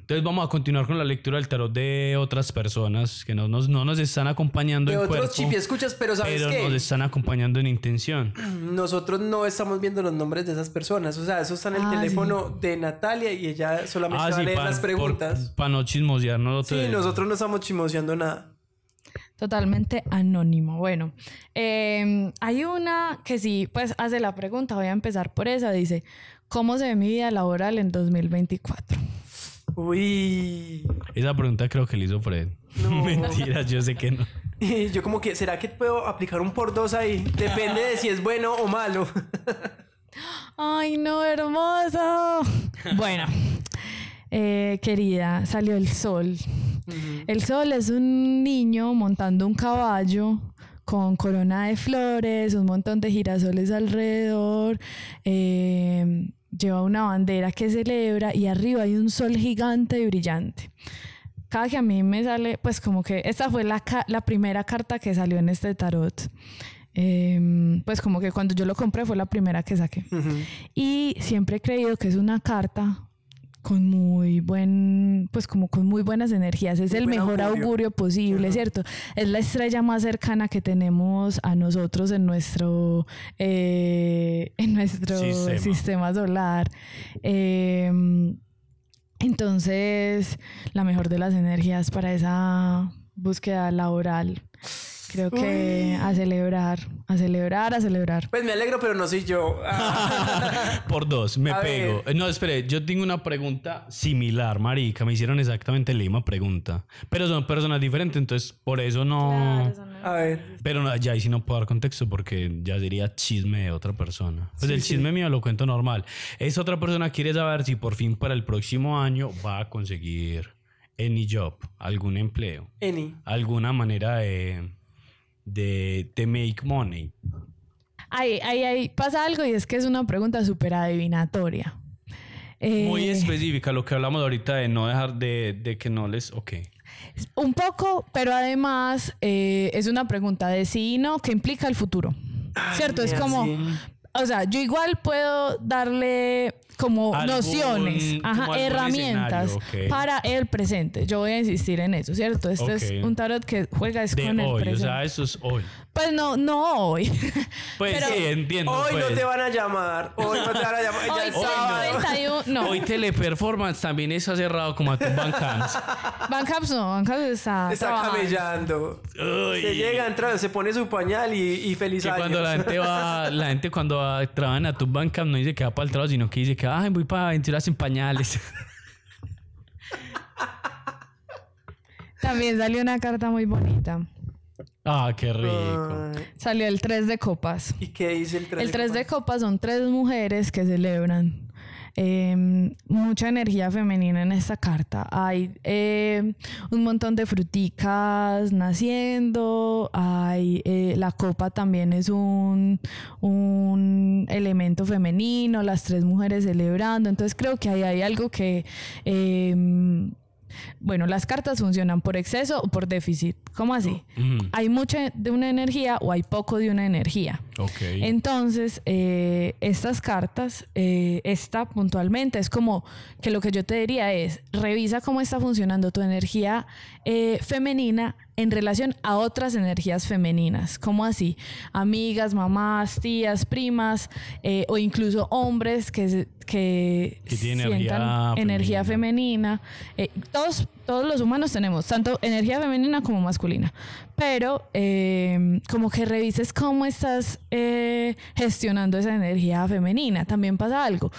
Entonces vamos a continuar con la lectura del tarot de otras personas que no nos, no nos están acompañando
De
en
otros
cuerpo,
chipi escuchas, pero ¿sabes
pero
qué?
nos están acompañando en intención.
Nosotros no estamos viendo los nombres de esas personas. O sea, eso está en el
Ah,
teléfono de Natalia y ella
Ah,
solamente va a leer las preguntas.
Para no chismosear
Sí, nosotros no estamos chimoseando nada.
Totalmente anónimo. Bueno, eh, hay una que sí, pues hace la pregunta, voy a empezar por esa. Dice, ¿cómo se ve mi vida laboral en 2024?
Uy.
Esa pregunta creo que le hizo Fred.
No.
Mentira, yo sé que no.
Y yo como que, ¿será que puedo aplicar un por dos ahí? Depende de si es bueno o malo.
Ay, no, hermoso. Bueno, eh, querida, salió el sol. El sol es un niño montando un caballo con corona de flores, un montón de girasoles alrededor. eh, lleva una bandera que celebra y arriba hay un sol gigante y brillante. Cada que a mí me sale, pues como que esta fue la, ca- la primera carta que salió en este tarot. Eh, pues como que cuando yo lo compré fue la primera que saqué. Y siempre he creído que es una carta con muy buen, pues como con muy buenas energías. Es
Muy
el
buen
mejor augurio,
augurio.
posible, ¿cierto? Es la estrella más cercana que tenemos a nosotros en nuestro, eh, en nuestro
Sistema.
sistema, solar. Eh, entonces, la mejor de las energías para esa búsqueda laboral. Creo que a celebrar, a celebrar, a celebrar.
Pues me alegro, pero no soy yo. Ah.
Por dos, me
A
pego.
ver.
No, espere, yo tengo una pregunta similar, marica. Me hicieron exactamente la misma pregunta. Pero son personas diferentes, entonces por eso
Ah.
no...
A ver.
Pero no, ya ahí sí no puedo dar contexto porque ya sería chisme de otra persona. Pues
Sí,
el
sí.
chisme mío lo cuento normal. Esa otra persona quiere saber si por fin para el próximo año va a conseguir any job, algún empleo,
Eni.
alguna manera de, de, de make money.
Ahí, ahí, ahí pasa algo y es que es una pregunta súper adivinatoria. Eh,
Muy específica, lo que hablamos ahorita de no dejar de, de que no les... Ok.
un poco, pero además eh, es una pregunta de sí y no que implica el futuro. ¿Cierto? Es
mira,
como,
sí.
o sea, yo igual puedo darle como
Algún-
nociones,
como
ajá,
algún
herramientas
escenario, ok.
para el presente. Yo voy a insistir en eso, ¿cierto? Este
Ok.
es un tarot que juega es
De
con el
hoy, o
presente.
sea, eso es hoy.
Pues no, no hoy.
Pues
Pero-
sí, entiendo.
Hoy no
pues.
te van a llamar. Hoy no te van a llamar. Ya
hoy
es
son
sábado.
91, no.
Hoy Teleperformance también está cerrado como a tu bancans.
Bancaps no, Bancaps está
Está
trabajando.
camellando.
Uy.
Se llega, entra, se pone su pañal y, y feliz
Que
año.
cuando la gente va, la gente cuando va, trabajan a tu banca no dice que va para el trabajo, sino que dice que ay voy para aventuras sin pañales.
También salió una carta muy bonita.
ah, qué rico.
Ay,
Salió el 3 de copas.
¿Y qué dice el 3
El 3 de copas son tres mujeres que celebran. Eh, mucha energía femenina en esta carta. Hay eh, un montón de fruticas naciendo. Hay eh, la copa también es un, un elemento femenino. Las tres mujeres celebrando. Entonces creo que ahí hay algo que eh, bueno, las cartas funcionan por exceso o por déficit. ¿Cómo así?
Mm,
Hay mucha de una energía o hay poco de una energía.
ok.
Entonces, eh, estas cartas, eh, esta puntualmente, es como que lo que yo te diría es, revisa cómo está funcionando tu energía eh, femenina en relación a otras energías femeninas, como así, amigas, mamás, tías, primas, eh, o incluso hombres que, se- que,
Que tiene
sientan
energía
energía femenina. Eh, todos, todos los humanos tenemos tanto energía femenina como masculina, pero eh, como que revises cómo estás eh, gestionando esa energía femenina. También pasa algo,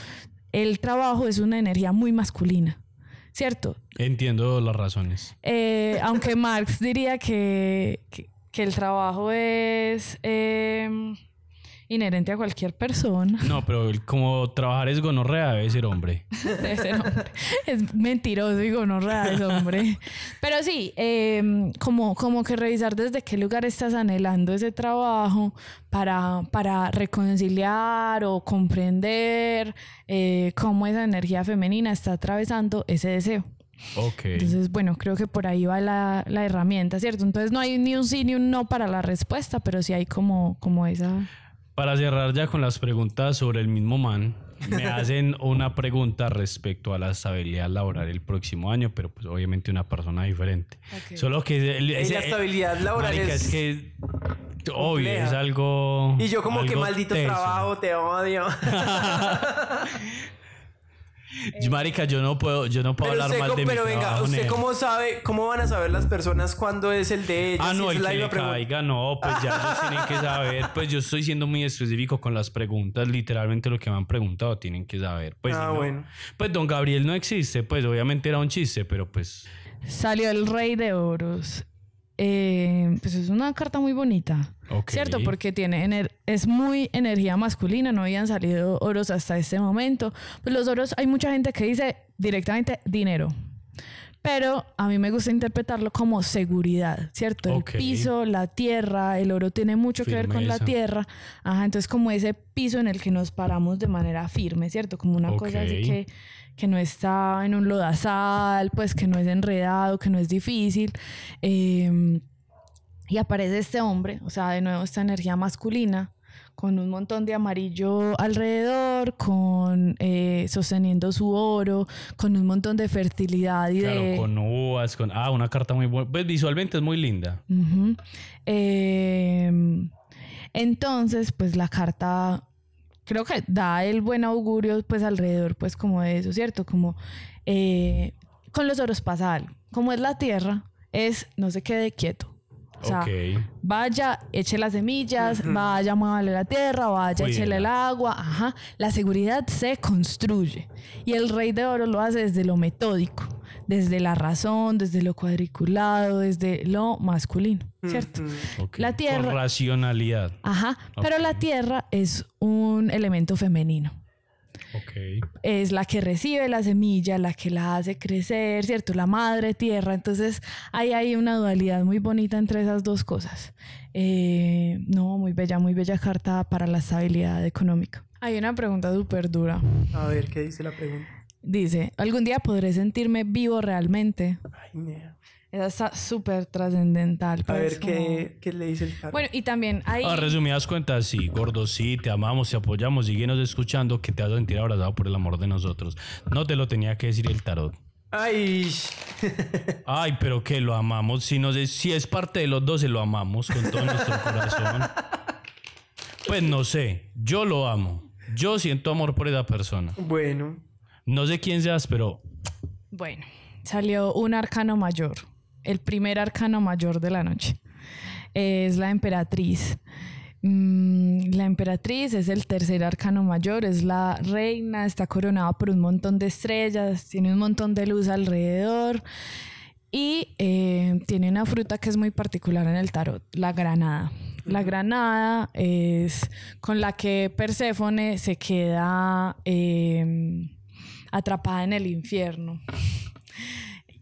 el trabajo es una energía muy masculina, ¿cierto?
Entiendo las razones.
Eh, aunque Marx diría que, que, que el trabajo es em, inherente a cualquier persona,
No, pero el- como trabajar es gonorrea, debe ser hombre.
debe ser hombre. es mentiroso y gonorrea es hombre. Pero sí, em, como, como que revisar desde qué lugar estás anhelando ese trabajo para, para reconciliar o comprender eh, cómo esa energía femenina está atravesando ese deseo.
Ok.
Entonces, bueno, creo que por ahí va la, la herramienta, ¿cierto? Entonces no hay ni un sí ni un no para la respuesta, pero sí hay como, como esa...
Para cerrar ya con las preguntas sobre el mismo man, me hacen una pregunta respecto a la estabilidad laboral el próximo año, pero pues obviamente una persona diferente. Solo que... el-
la
ese-
estabilidad laboral
Marica,
es-
es que... Obvio,
compleja.
es algo...
Y yo como que
algo
maldito
teso.
trabajo, te odio.
Eh.
Marica, yo no puedo, yo no puedo
Pero,
hablar
usted,
mal
co-
de
pero
mi
venga,
trabajo,
¿usted
nena.
cómo sabe, cómo van a saber las personas cuándo es el de ellos?
Ah,
Si
no,
es
el
la
que
misma
le
pregunta.
caiga, no, pues ya ellos tienen que saber. Pues yo estoy siendo muy específico con las preguntas, literalmente lo que me han preguntado tienen que saber. Pues,
Ah,
si no-
bueno.
pues don Gabriel no existe, pues obviamente era un chiste, pero pues
Salió el rey de oros. Eh, pues es una carta muy bonita,
Ok.
¿cierto? Porque tiene ener- es muy energía masculina, no habían salido oros hasta este momento. Pues los oros, hay mucha gente que dice directamente dinero. Pero a mí me gusta interpretarlo como seguridad, ¿cierto?
Ok.
El piso, la tierra, el oro tiene mucho que ver con la
Firmeza.
tierra. Ajá, entonces como ese piso en el que nos paramos de manera firme, ¿cierto? Como una cosa así
Ok.
que, que no está en un lodazal, pues que no es enredado, que no es difícil. Eh, y aparece este hombre, o sea, de nuevo esta energía masculina, con un montón de amarillo alrededor, con eh, sosteniendo su oro, con un montón de fertilidad y
claro,
de...
con uvas, con ah, una carta muy buena. Pues visualmente es muy linda.
Ujú. Em, entonces, pues la carta creo que da el buen augurio pues alrededor pues como de eso, ¿cierto? Como eh, con los oros pasa algo. Como es la tierra, es no se quede quieto. O sea,
ok.
vaya, eche las semillas, vaya, muévale la tierra, vaya,
Cuídela.
échele el agua, ajá. La seguridad se construye. Y el rey de oro lo hace desde lo metódico, desde la razón, desde lo cuadriculado, desde lo masculino, ¿cierto?
Mm, mm.
ok.
la tierra-
Con racionalidad.
Ajá, pero la
Ok.
tierra es un elemento femenino.
Ok.
es la que recibe la semilla, la que la hace crecer, ¿cierto? La madre tierra. Entonces, ahí hay una dualidad muy bonita entre esas dos cosas. Eh, no, muy bella, muy bella carta para la estabilidad económica. Hay una pregunta súper dura.
A ver, ¿qué dice la pregunta?
Dice, ¿algún día podré sentirme vivo realmente?
Ay, nea.
Esa está súper trascendental.
A
pues,
ver,
como-
¿qué, qué le dice el carro?
Bueno, y también hay...
A Ah, resumidas cuentas, sí, gordo, sí, te amamos, te apoyamos, síguenos escuchando, que te vas a sentir abrazado por el amor de nosotros. No te lo tenía que decir el tarot.
Ay,
Ay, pero que lo amamos. Si, nos es, si es parte de los dos, se lo amamos con todo nuestro corazón. Pues no sé, yo lo amo. Yo siento amor por esa persona.
bueno.
No sé quién seas, pero
Bueno, salió un arcano mayor, el primer arcano mayor de la noche. Es la emperatriz. Mm, La emperatriz es el tercer arcano mayor, es la reina, está coronada por un montón de estrellas, tiene un montón de luz alrededor y eh, tiene una fruta que es muy particular en el tarot, la granada. La granada es con la que Perséfone se queda eh, atrapada en el infierno.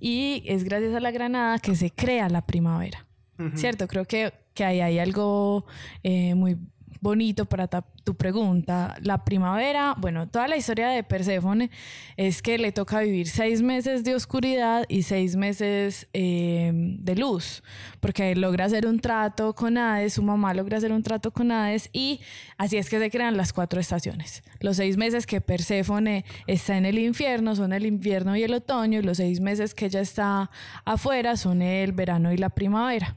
Y es gracias a la granada que se crea la primavera.
Ujú.
¿cierto? Creo que, que ahí hay algo eh, muy bonito para ta- tu pregunta. La primavera, bueno, toda la historia de Perséfone es que le toca vivir seis meses de oscuridad y seis meses eh, de luz, porque logra hacer un trato con Hades, su mamá logra hacer un trato con Hades y así es que se crean las cuatro estaciones. Los seis meses que Perséfone está en el infierno son el invierno y el otoño y los seis meses que ella está afuera son el verano y la primavera.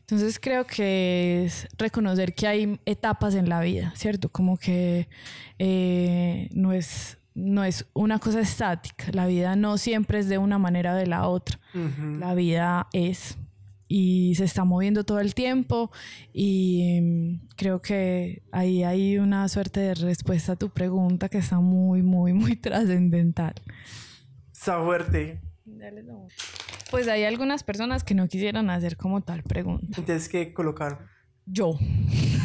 Entonces creo que es reconocer que hay etapas en la vida, ¿cierto? Como que eh, no, es, no es una cosa estática, la vida no siempre es de una manera o de la otra,
Ujú.
la vida es y se está moviendo todo el tiempo y mm, creo que ahí hay una suerte de respuesta a tu pregunta que está muy, muy, muy trascendental.
Está fuerte.
Pues hay algunas personas que no quisieran hacer como tal pregunta.
Entonces, ¿qué colocar?
Yo.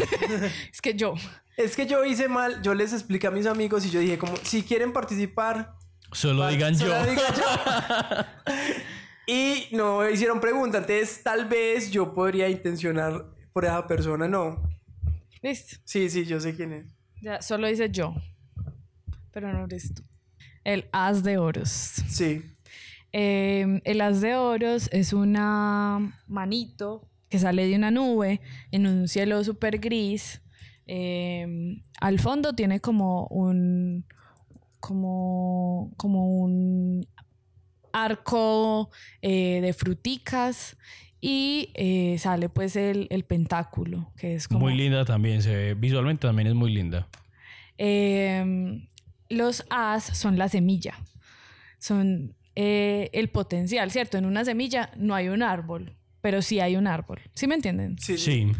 es que yo.
Es que yo hice mal, yo les expliqué a mis amigos y yo dije como, si quieren participar,
Solo
par-
digan yo.
solo digan yo. y no hicieron pregunta, entonces tal vez yo podría intencionar por esa persona, no.
Listo.
Sí, sí, yo sé quién es.
Ya solo dice yo. Pero no eres tú. El as de oros.
Sí.
Eh, el as de oros es una manito que sale de una nube en un cielo súper gris. Eh, al fondo tiene como un como, como un arco eh, de fruticas y eh, sale pues el, el pentáculo que es como
Muy linda también, se ve. Visualmente también es muy linda.
eh, los as son la semilla, son eh, el potencial, ¿cierto? En una semilla no hay un árbol, pero sí hay un árbol, ¿sí me entienden?
Sí.
Sí.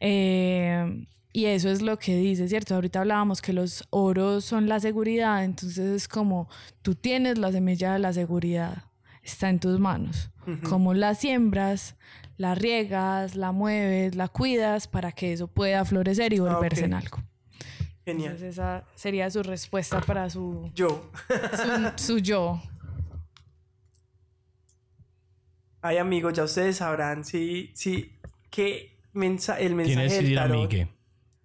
Eh, y eso es lo que dice, ¿cierto? Ahorita hablábamos que los oros son la seguridad, entonces es como tú tienes la semilla de la seguridad, está en tus manos.
Ujú.
Cómo la siembras, la riegas, la mueves, la cuidas para que eso pueda florecer y
Ah, ok.
volverse en algo.
Genial.
Entonces esa sería su respuesta para su,
Yo.
su, su yo.
Ay, amigos, ya ustedes sabrán si, si, qué mensa- el mensaje
Tienes que
del
ir a
tarot.
Migue.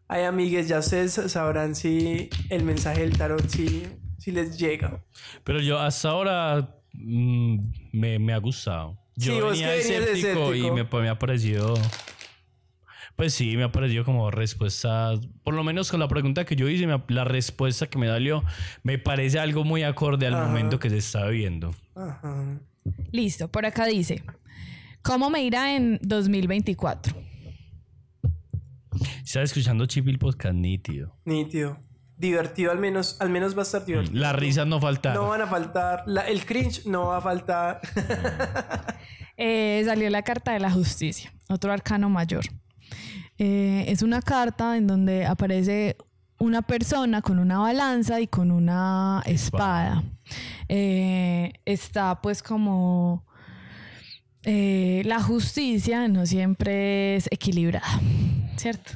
Ay, amigues, ya ustedes sabrán si el mensaje del tarot si, si les llega.
Pero yo hasta ahora mm, me, me ha gustado. Yo
Sí, vos
venía
que venías
escéptico, y me,
escéptico.
me ha parecido. Pues sí, me ha parecido como respuesta. Por lo menos con la pregunta que yo hice, me ha- la respuesta que me salió me parece algo muy acorde al
Ajá.
momento que se está viviendo.
Ajá.
Listo, por acá dice, ¿cómo me irá en 2024?
Estaba escuchando Chipil Podcast nítido.
Nítido. Divertido al menos, al menos va a estar
Mm,
divertido.
Las risas no faltaron.
No van a faltar, la- el cringe no va a faltar.
Eh, salió la carta de la justicia, otro arcano mayor. Eh, es una carta en donde aparece una persona con una balanza y con una espada. Eh, está pues como... eh, la justicia no siempre es equilibrada, ¿cierto?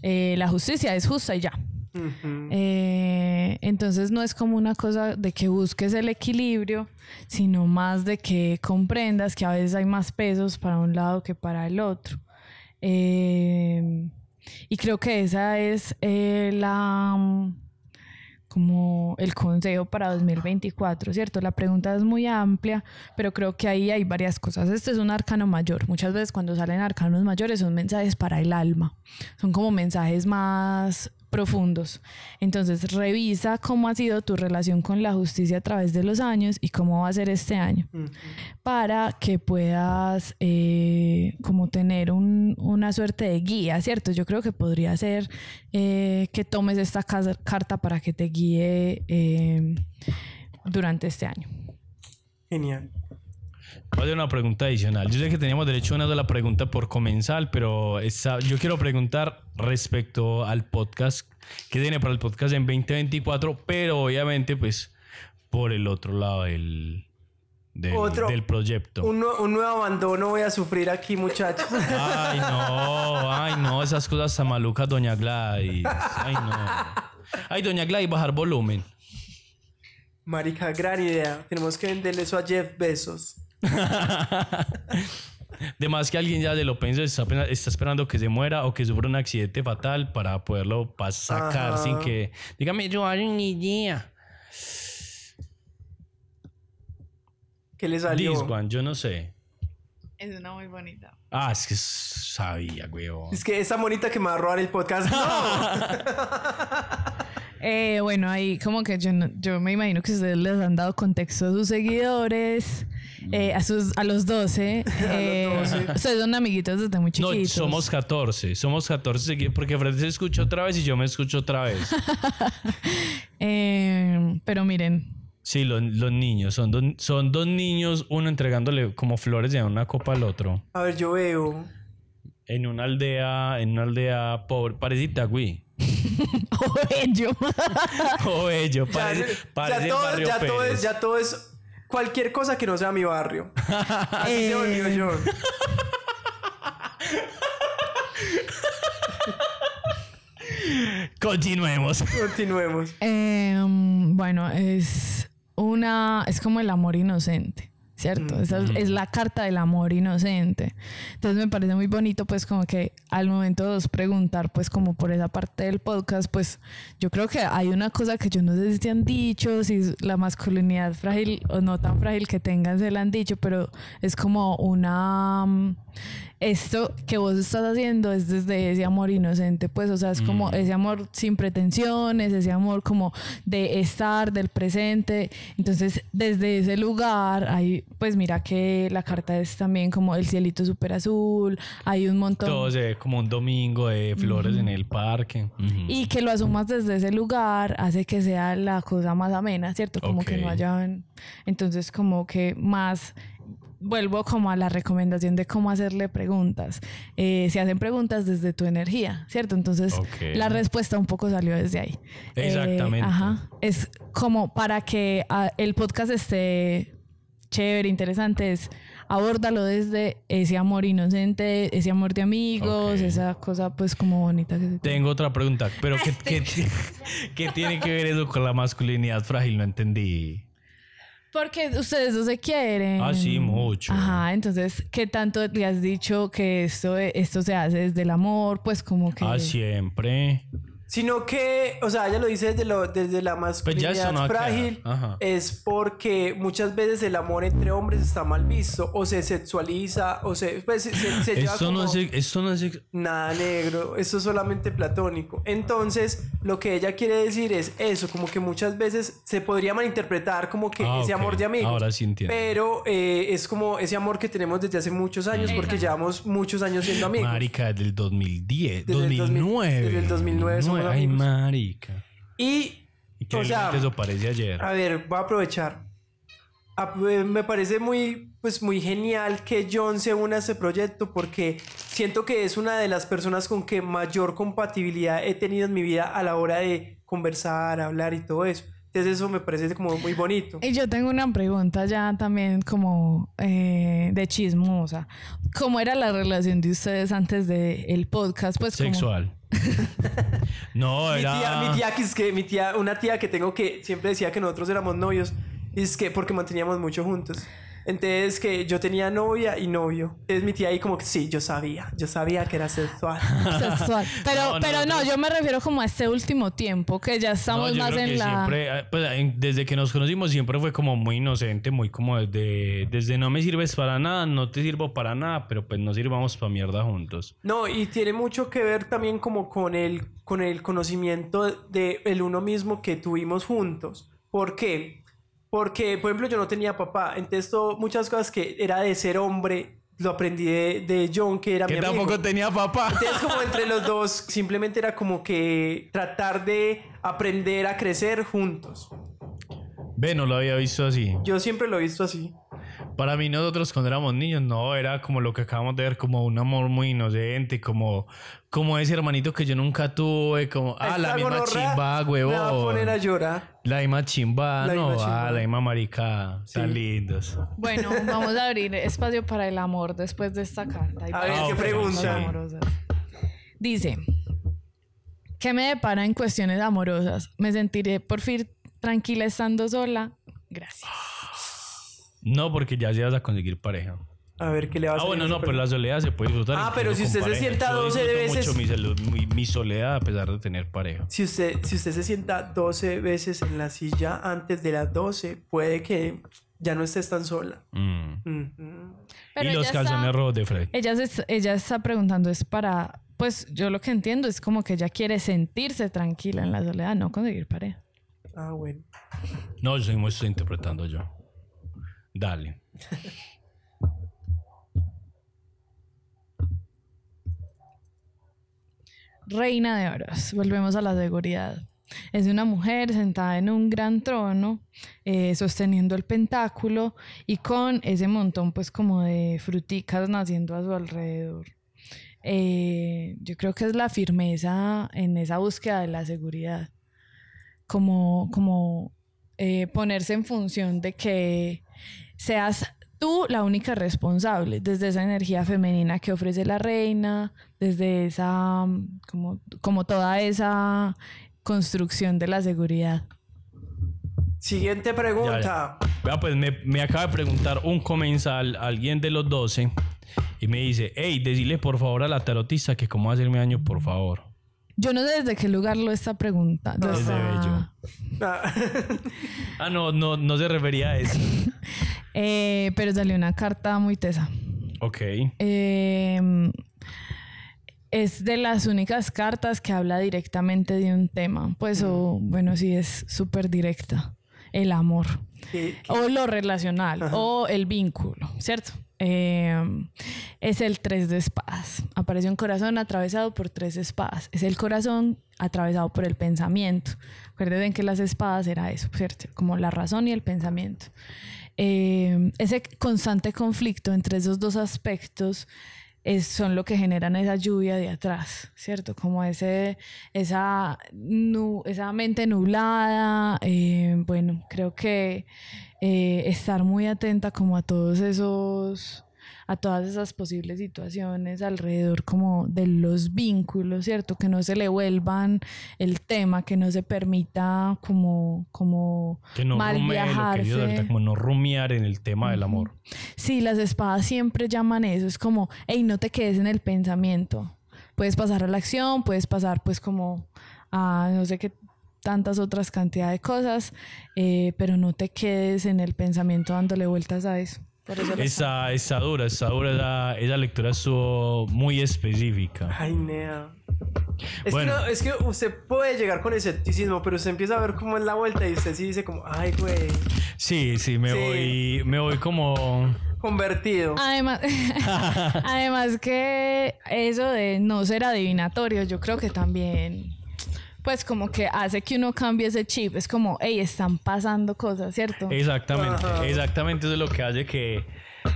Eh, la justicia es justa y ya.
Ujú.
Eh, entonces no es como una cosa de que busques el equilibrio, sino más de que comprendas que a veces hay más pesos para un lado que para el otro. Eh, y creo que esa es eh, la mm, como el consejo para 2024, ¿cierto? La pregunta es muy amplia, pero creo que ahí hay varias cosas. Este es un arcano mayor. Muchas veces cuando salen arcanos mayores son mensajes para el alma, son como mensajes más profundos. Entonces revisa cómo ha sido tu relación con la justicia a través de los años y cómo va a ser este año
Ujú.
para que puedas eh, como tener un- una suerte de guía, ¿cierto? Yo creo que podría ser eh, que tomes esta casa- carta para que te guíe eh, durante este año.
Genial.
Voy a hacer una pregunta adicional. Yo sé que teníamos derecho a una sola pregunta por comensal, pero esa- yo quiero preguntar respecto al podcast que tiene para el podcast en 2024, pero obviamente, pues, por el otro lado del, del,
Otro.
del proyecto.
Un, nue- un nuevo abandono voy a sufrir aquí, muchachos.
Ay, no, ay, no, esas cosas tan malucas, Doña Gladys. Ay, no. Ay, Doña Gladys, bajar volumen.
Marica, gran idea. Tenemos que venderle eso a Jeff Bezos.
De más que alguien ya de lo pensó, está, apenas- está esperando que se muera o que sufra un accidente fatal para poderlo pa- sacar
Ajá.
sin que. Dígame, yo hago ni idea.
¿Qué le salió?
This one, yo no sé.
Es una muy bonita.
Ah, es que sabía, huevón.
Es que esa monita que me va a robar el podcast. No.
Eh, bueno, ahí como que yo, no- yo me imagino que ustedes les han dado contexto a sus seguidores, eh, a, sus, a los 12. eh,
12.
Ustedes son amiguitos desde muy
No,
chiquitos.
somos 14, somos 14 seguidos, porque Fred se escucha otra vez y yo me escucho otra vez.
Eh, pero miren,
Sí, los, los niños, son dos, son dos niños, uno entregándole como flores de una copa al otro.
A ver, yo veo.
En una aldea, en una aldea pobre, parece Itagüí.
oh, bello.
O Oh, bello,
Ya,
parece,
es- ya
parece el
todo,
barrio
ya
Pérez.
todo es, ya todo es cualquier cosa que no sea mi barrio. Así se volvió
Eh.
yo.
Continuemos.
Continuemos.
Eh, bueno, es una. Es como el amor inocente, ¿cierto? Esa es, es la carta del amor inocente. Entonces me parece muy bonito, pues, como que al momento de os preguntar, pues, como por esa parte del podcast, pues, yo creo que hay una cosa que yo no sé si te han dicho, si es la masculinidad frágil o no tan frágil que tengan, se la han dicho, pero es como una. mm, esto que vos estás haciendo es desde ese amor inocente, pues, o sea, es como ese amor sin pretensiones, ese amor como de estar, del presente. Entonces, desde ese lugar, hay, pues mira que la carta es también como el cielito súper azul, hay un montón.
Todo se ve como un domingo de flores en el parque. Ujú.
Y que lo asumas desde ese lugar hace que sea la cosa más amena, ¿cierto? Como que no
Ok.
hayan... Entonces, como que más... Vuelvo como a la recomendación de cómo hacerle preguntas. Eh, se hacen preguntas desde tu energía, ¿cierto? Entonces,
Ok.
la respuesta un poco salió desde ahí. Eh,
Exactamente.
ajá. Es como para que ah, el podcast esté chévere, interesante, es abórdalo desde ese amor inocente, ese amor de amigos,
Ok.
esa cosa pues como bonita que se
Tengo otra pregunta, pero ¿qué, qué- qué tiene que ver eso con la masculinidad frágil? No entendí.
Porque ustedes no se quieren.
Ah, sí, mucho.
Ajá, entonces, ¿qué tanto le has dicho que esto, esto se hace desde el amor? Pues como que...
Ah, siempre.
Sino que, o sea, ella lo dice desde, lo- desde la masculinidad
Pues eso no
frágil.
aclara. Ajá.
Es porque muchas veces el amor entre hombres está mal visto. O se sexualiza, o se. Pues, se, se- se lleva
Esto no,
como-
es, esto no es...
Nada negro, eso es solamente platónico. Entonces, lo que ella quiere decir es eso, como que muchas veces se podría malinterpretar como que
Ah,
ese
ok.
amor de amigos.
Ahora sí entiendo.
Pero eh, es como ese amor que tenemos desde hace muchos años, porque llevamos muchos años siendo amigos.
Marica, desde el 2010,
Desde el
2009.
desde el 2009 somos
Ay,
amigos.
marica.
Y, o
Increíble
sea,
que eso parece ayer.
Ah,
a ver, voy a aprovechar. A- eh, Me parece muy, pues muy genial que John se una a este proyecto porque siento que es una de las personas con que mayor compatibilidad he tenido en mi vida a la hora de conversar, hablar y todo eso. Entonces eso me parece como muy bonito.
Y yo tengo una pregunta ya también como eh, de chismosa. ¿Cómo era la relación de ustedes antes del el podcast? Pues como-
Sexual. no,
Mi
era...
tía, mi tía, que es que mi tía, una tía que tengo que siempre decía que nosotros éramos novios, y es que porque manteníamos mucho juntos. Entonces que yo tenía novia y novio. Entonces mi tía ahí como que sí, yo sabía, yo sabía que era sexual.
sexual. Pero
No,
no,
no,
pero no,
no.
yo me refiero como a este último tiempo, que ya
No,
estamos
yo
más
creo que
en la...
siempre, eh, pues, en- desde que nos conocimos siempre fue como muy inocente, muy como desde, desde no me sirves para nada, no te sirvo para nada, pero pues no sirvamos para mierda juntos.
No, y tiene mucho que ver también como con el, con el conocimiento de el uno mismo que tuvimos juntos. ¿Por qué? Porque, por ejemplo, yo no tenía papá. Entonces, todo- muchas cosas que era de ser hombre, lo aprendí de, de John, que era
Que
mi amigo.
tampoco tenía papá.
Entonces, como entre los dos, simplemente era como que tratar de aprender a crecer juntos.
Ve, no lo había visto así.
Yo siempre lo he visto así.
Para mí nosotros cuando éramos niños, no, era como lo que acabamos de ver, como un amor muy inocente, como, como ese hermanito que yo nunca tuve, como, ah, la
Esta
misma
gonorrea
chimba,
Me va a poner a
huevón.
llorar.
La misma chimba,
La
no,
misma chimba.
ah, la misma marica, tan lindos.
Bueno, vamos a abrir espacio para el amor después de esta carta. Y
A ver,
para
Ah,
¿qué
ok,
cosas
sí.
pregunta?
amorosas. Dice, ¿qué me depara en cuestiones amorosas? Me sentiré por fin tranquila estando sola. Gracias.
No, porque ya se vas a conseguir pareja.
A ver qué le va a
Ah,
salir
bueno,
a
no,
esa
pero la soledad se puede disfrutar.
Ah,
incluso
pero si
con
usted se
pareja.
sienta
Yo
12
disfruto
veces-
mucho mi, salud- mi- mi soledad a pesar de tener pareja.
Si usted, si usted se sienta 12 veces en la silla antes de las 12, puede que ya no estés tan sola.
Mm.
Ujú.
Pero
y los
ella
calzones
está-
rojos de Fred.
Ella, se es- ella está preguntando, es para, pues yo lo que entiendo es como que ella quiere sentirse tranquila en la soledad, no conseguir pareja.
Ah, bueno.
No, yo mismo estoy interpretando yo. Dale.
Reina de oros, volvemos a la seguridad. Es una mujer sentada en un gran trono, eh, sosteniendo el pentáculo y con ese montón pues como de fruticas naciendo a su alrededor. Eh, yo creo que es la firmeza en esa búsqueda de la seguridad, como, como eh, ponerse en función de que seas tú la única responsable, desde esa energía femenina que ofrece la reina, desde esa, mm, como, como toda esa construcción de la seguridad.
Siguiente pregunta.
Ya, ya. Vea, pues me, me acaba de preguntar un comensal, alguien de los 12, y me dice, hey, decirle por favor a la tarotista que cómo hacerme daño, por favor.
Yo no sé desde qué lugar lo está preguntando.
Desde
Bello.
Ah,
Ah, no, no, no se refería a eso.
Eh, pero salió una carta muy tesa.
ok.
Eh, es de las únicas cartas que habla directamente de un tema. Pues, o bueno, sí, es súper directa. El amor.
que- que-
O lo relacional.
Ajá.
O el vínculo, ¿cierto? Eh, es el tres de espadas. Aparece un corazón atravesado por tres espadas. Es el corazón atravesado por el pensamiento. Recuerden que las espadas era eso, ¿cierto? Como la razón y el pensamiento. Eh, ese constante conflicto entre esos dos aspectos es- son lo que generan esa lluvia de atrás, ¿cierto? Como ese, esa, nu- esa mente nublada. eh, bueno, creo que eh, estar muy atenta como a todos esos a todas esas posibles situaciones alrededor como de los vínculos, ¿cierto? Que no se le vuelvan el tema, que no se permita como, como
Que no
mal
rumee lo que
viajarse.
digo ahorita, como no rumiar en el tema del amor.
Sí, las espadas siempre llaman eso. Es como, hey, no te quedes en el pensamiento. Puedes pasar a la acción, puedes pasar pues como a no sé qué tantas otras cantidades de cosas, eh, pero no te quedes en el pensamiento dándole vueltas a eso. Por eso las-
Esa, esa dura, esa dura, esa, esa lectura estuvo muy específica.
Ay, nea. Es,
Bueno.
que no- es que usted puede llegar con escepticismo, pero usted empieza a ver cómo es la vuelta y usted sí dice como, ay, güey,
Sí, sí, me
Sí.
voy, me voy como.
convertido.
Además, además que eso de no ser adivinatorio, yo creo que también, pues como que hace que uno cambie ese chip. Es como, hey, están pasando cosas, ¿cierto?
Eh. Exactamente,
Ajá.
exactamente eso es lo que hace que,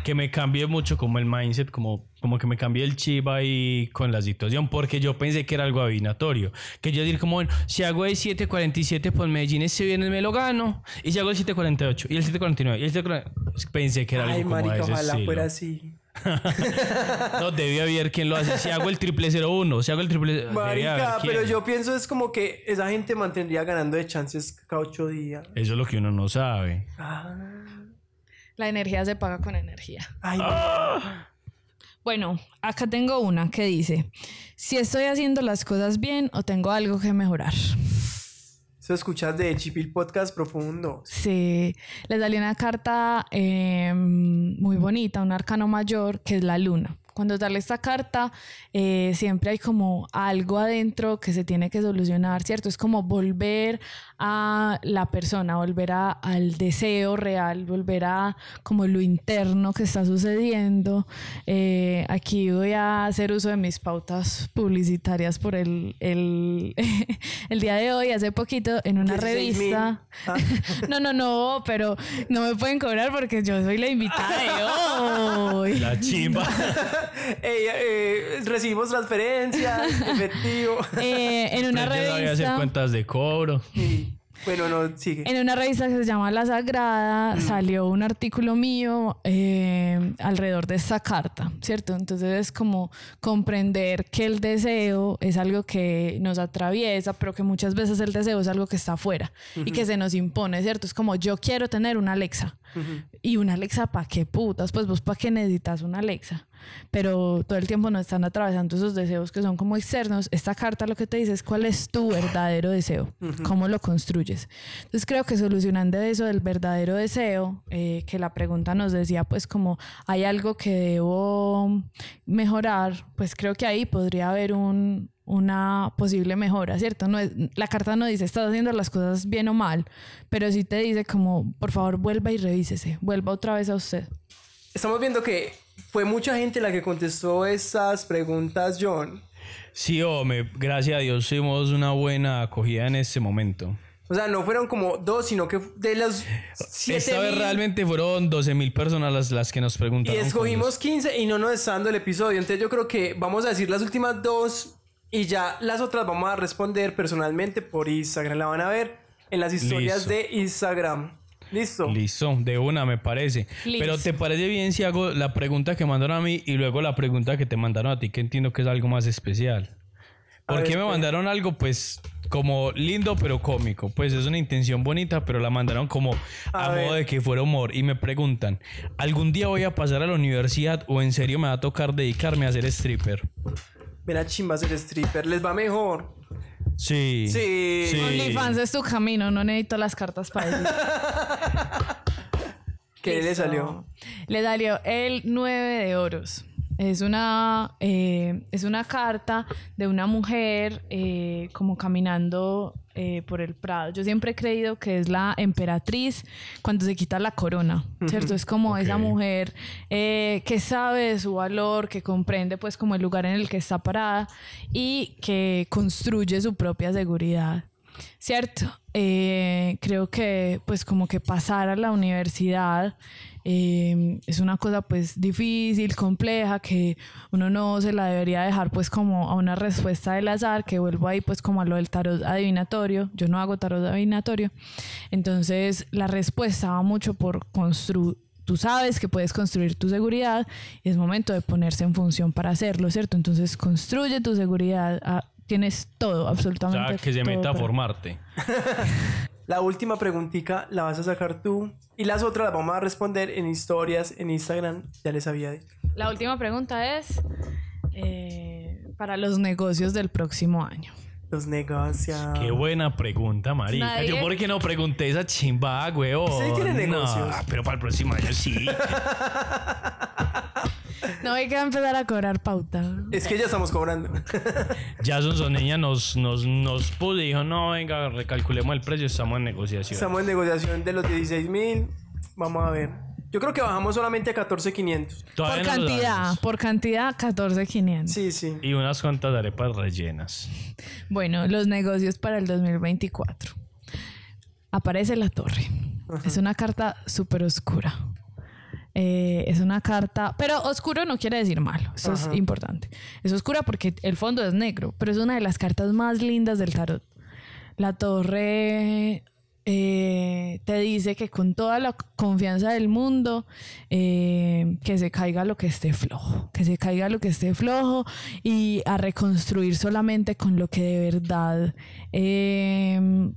que me cambie mucho como el mindset, como, como que me cambie el chip ahí con la situación, porque yo pensé que era algo adivinatorio. Que yo decir como, bueno, si hago el 747, pues Medellín este viernes me lo gano. Y si hago el 748, y el 749, y el 749, pensé que era algo
Ay,
como de
marica,
ese
ojalá
estilo.
fuera así.
No, debía haber quien lo hace. Si hago el triple 01, si hago el triple... debe haber
Marica,
quien.
pero yo pienso es como que esa gente mantendría ganando de chances cada ocho días.
Eso es lo que uno no sabe.
Ah,
La energía se paga con energía.
ay,
Ah.
Bueno, acá tengo una que dice, si estoy haciendo las cosas bien o tengo algo que mejorar.
eso escuchas de Chipil Podcast Profundo.
Sí, le salió una carta eh, muy bonita, un arcano mayor, que es la luna. Cuando sale esta carta, eh, siempre hay como algo adentro que se tiene que solucionar, ¿cierto? Es como volver a la persona, volver a- al deseo real, volver a como lo interno que está sucediendo. Eh, aquí voy a hacer uso de mis pautas publicitarias por el, el, el día de hoy. Hace poquito en una
16.000.
revista...
Ah.
No, no, no, pero no me pueden cobrar porque yo soy la invitada de hoy.
La chimba.
Ey, eh, recibimos transferencias, efectivo.
Eh, en una
Yo sabía hacer
revista.
cuentas de cobro.
Sí. Bueno, no, sigue.
En una revista que se llama La
Mm.
Sagrada salió un artículo mío eh, alrededor de esta carta, ¿cierto? Entonces es como comprender que el deseo es algo que nos atraviesa, pero que muchas veces el deseo es algo que está afuera y que se nos impone, ¿cierto? Es como yo quiero tener una Alexa. ¿Y una Alexa para qué putas? Pues vos para qué necesitas una Alexa. Pero todo el tiempo nos están atravesando esos deseos que son como externos. Esta carta lo que te dice es cuál es tu verdadero deseo, cómo lo construyes. Entonces creo que solucionando eso del verdadero deseo, eh, que la pregunta nos decía pues como hay algo que debo mejorar, pues creo que ahí podría haber un, una posible mejora, ¿cierto? No es, la carta no dice estás haciendo las cosas bien o mal, pero sí te dice como, por favor, vuelva y revísese, vuelva otra vez a usted.
Estamos viendo que fue mucha gente la que contestó esas preguntas, John.
Sí, hombre, gracias a Dios tuvimos una buena acogida en este momento.
O sea, no fueron como dos, sino que de las siete
Esta vez
mil-
realmente fueron 12.000 personas las, las que nos
y
preguntaron.
escogimos 15 y no nos está dando el episodio. Entonces yo creo que vamos a decir las últimas dos y ya las otras vamos a responder personalmente por Instagram. La van a ver en las historias
Listo.
de Instagram. Listo.
Listo, de una me parece.
Listo.
Pero ¿te parece bien si hago la pregunta que mandaron a mí y luego la pregunta que te mandaron a ti, que entiendo que es algo más especial?
A
¿Por
ver,
qué me
espera.
mandaron algo pues como lindo pero cómico? Pues es una intención bonita, pero la mandaron como a,
A
modo
ver.
de que fuera humor y me preguntan, ¿algún día voy a pasar a la universidad o en serio me va a tocar dedicarme a ser stripper?
Ven a chimba ser stripper. Les va mejor.
Sí.
Sí.
OnlyFans es tu camino, no necesito las cartas para eso.
¿Qué le
Listo.
salió?
Le salió el 9 de oros. Es una, eh, es una carta de una mujer eh, como caminando eh, por el Prado. Yo siempre he creído que es la emperatriz cuando se quita la corona, ¿cierto? Es como esa
Ok.
mujer eh, que sabe de su valor, que comprende pues como el lugar en el que está parada y que construye su propia seguridad. Cierto, Eh, creo que pues como que pasar a la universidad eh, es una cosa pues difícil, compleja, que uno no se la debería dejar pues como a una respuesta del azar, que vuelvo ahí pues como a lo del tarot adivinatorio, yo no hago tarot adivinatorio, entonces la respuesta va mucho por construir, tú sabes que puedes construir tu seguridad y es momento de ponerse en función para hacerlo, ¿cierto? Entonces construye tu seguridad. ah, Tienes todo,
O
absolutamente.
sea, que se
todo
meta a
para-
formarte.
La última preguntita la vas a sacar tú y las otras las vamos a responder en historias, en Instagram. Ya les había dicho.
La última pregunta es eh, para los negocios del próximo año.
Los negocios.
Qué buena pregunta, marica.
Ah. Nadie-
Yo por qué no pregunté esa chimba, weón.
Ustedes tienen negocios.
No, pero para el próximo año sí.
No hay que empezar a cobrar pauta.
Es que ya estamos cobrando.
Jason Soneña nos, nos, nos puso y dijo, no, venga, recalculemos el precio, estamos en negociación.
Estamos en negociación de los 16 mil. Vamos a ver. Yo creo que bajamos solamente a 14,500.
Todavía
Por
no lo
cantidad,
damos.
por cantidad, 14.500.
Sí, sí.
Y unas cuantas arepas rellenas.
Bueno, los negocios para el 2024. Aparece la torre. Es una carta súper oscura. Eh, es una carta, pero oscuro no quiere decir malo, eso
Ajá.
es importante. Es oscura porque el fondo es negro, pero es una de las cartas más lindas del tarot. La torre eh, te dice que con toda la confianza del mundo, eh, que se caiga lo que esté flojo, que se caiga lo que esté flojo y a reconstruir solamente con lo que de verdad... eh,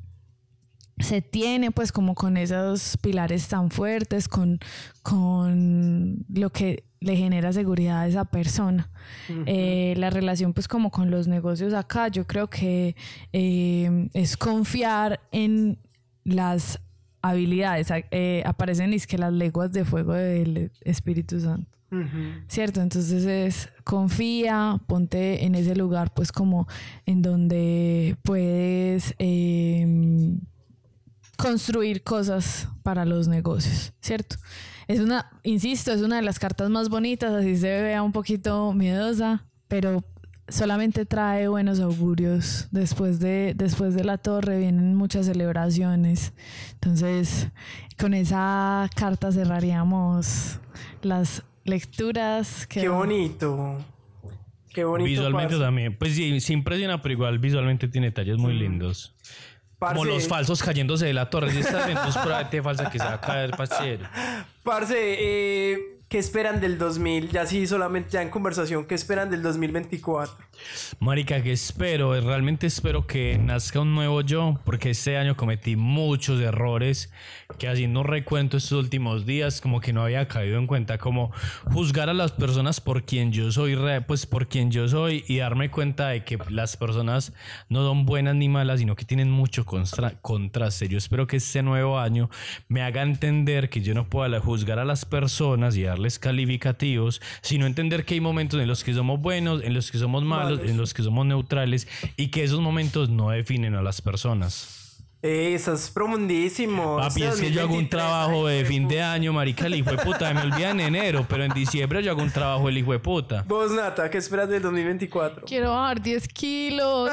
se tiene pues como con esos pilares tan fuertes, con, con lo que le genera seguridad a esa persona. Eh, la relación pues como con los negocios acá, yo creo que eh, es confiar en las habilidades. A- eh, aparecen es que las leguas de fuego del Espíritu Santo.
Ujú.
Cierto, entonces es confía, ponte en ese lugar, pues como en donde puedes eh, construir cosas para los negocios, ¿cierto? Es una, insisto, es una de las cartas más bonitas, así se vea un poquito miedosa, pero solamente trae buenos augurios. Después de, después de la torre vienen muchas celebraciones. Entonces, con esa carta cerraríamos las lecturas. Que
Qué bonito. Qué bonito.
visualmente
parce. Mm.
también. Pues sí, sí impresiona, pero igual visualmente tiene detalles muy lindos.
Como
Parce.
los falsos cayéndose de la torre. Si estás en tus pruebas, te falsa que se va a caer, parcero.
Parce, eh, ¿qué esperan del 2000? Ya sí, solamente ya en conversación, ¿qué esperan del 2024?
Marica, que espero, eh, realmente espero que nazca un nuevo yo, porque este año cometí muchos errores que haciendo un recuento estos últimos días, como que no había caído en cuenta, como juzgar a las personas por quien yo soy, re- pues por quien yo soy, y darme cuenta de que las personas no son buenas ni malas, sino que tienen mucho constra- contraste. Yo espero que este nuevo año me haga entender que yo no puedo la- juzgar a las personas y darles calificativos, sino entender que hay momentos en los que somos buenos, en los que somos malos,
Malos.
en los que somos neutrales y que esos momentos no definen a las personas.
Eh, estás profundísimo.
Papi,
Este
es que yo hago un
2023,
trabajo
ay,
de fin
huevo.
de año, marica, el hijo de puta, me olvida en enero, pero en diciembre yo hago un trabajo el hijo de puta.
Vos, Nata, ¿qué esperas del 2024?
Quiero bajar 10 kilos.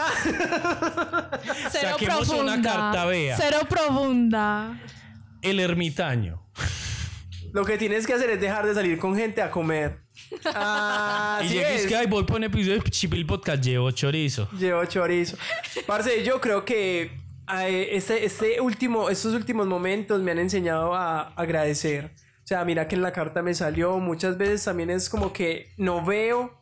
Cero
Saquemos una
profunda.
carta, vea.
Cero profunda.
El ermitaño.
Lo que tienes que hacer es dejar de salir con gente a comer. Ah,
y
así
llegues
es.
que ay, voy por un episodio de Chipil Podcast, llevo chorizo.
Llevo chorizo. Parce, yo creo que eh, este, este último, estos últimos momentos me han enseñado a agradecer. O sea, mira que en la carta me salió. Muchas veces también es como que no veo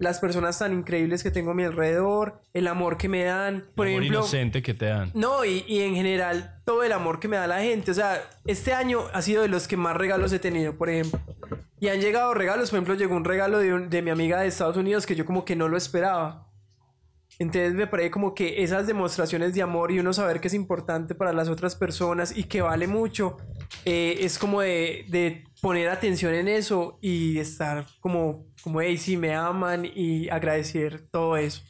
las personas tan increíbles que tengo a mi alrededor, el amor que me dan. Por
Amor
ejemplo,
inocente que te dan.
no, y, y en general todo el amor que me da la gente. O sea, este año ha sido de los que más regalos he tenido, por ejemplo. Y han llegado regalos, por ejemplo, llegó un regalo de, un- de mi amiga de Estados Unidos que yo como que no lo esperaba. Entonces me parece como que esas demostraciones de amor y uno saber que es importante para las otras personas y que vale mucho, eh, es como de, de poner atención en eso y estar como, como, hey, sí, me aman y agradecer todo eso.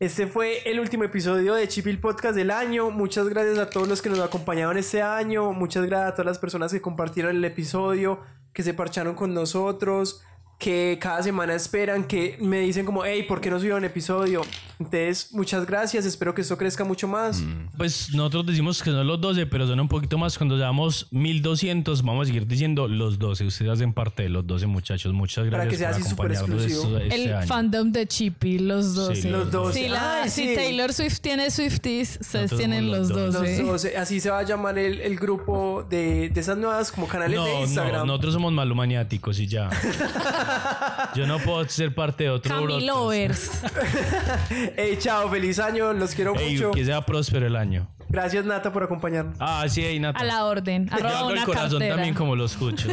Este fue el último episodio de Chipil Podcast del año. Muchas gracias a todos los que nos acompañaron este año. Muchas gracias a todas las personas que compartieron el episodio, que se parcharon con nosotros, que cada semana esperan, que me dicen como, hey, ¿por qué no subieron episodio? Entonces, muchas gracias. Espero que esto crezca mucho más.
Pues nosotros decimos que son los 12, pero son un poquito más. Cuando llevamos 1200, vamos a seguir diciendo los 12. Ustedes hacen parte de los 12, muchachos. Muchas gracias
Para que sea
por
así súper
acompañarnos
exclusivo.
esto- este
el
año.
fandom de Chippy, los ¿eh? 12.
los
Los 12.
Si, la-
Ay,
si
sí.
Taylor Swift tiene Swifties, ustedes
Nosotros
tienen
somos
los ¿eh?
los
12.
Los 12. Así se va a llamar el, el grupo de, de esas nuevas como canales
No,
de Instagram.
no, nosotros somos malumaniáticos y ya. Yo no puedo ser parte de otro broadcast.
Camilovers.
Hey, chao, feliz año. Los quiero
Ey,
mucho.
que sea próspero el año.
Gracias, Nata, por acompañarnos.
Ah, sí, ey, Nata.
A la orden.
Yo
Arroba
hago el
una
corazón
cartera.
también como los cuchos.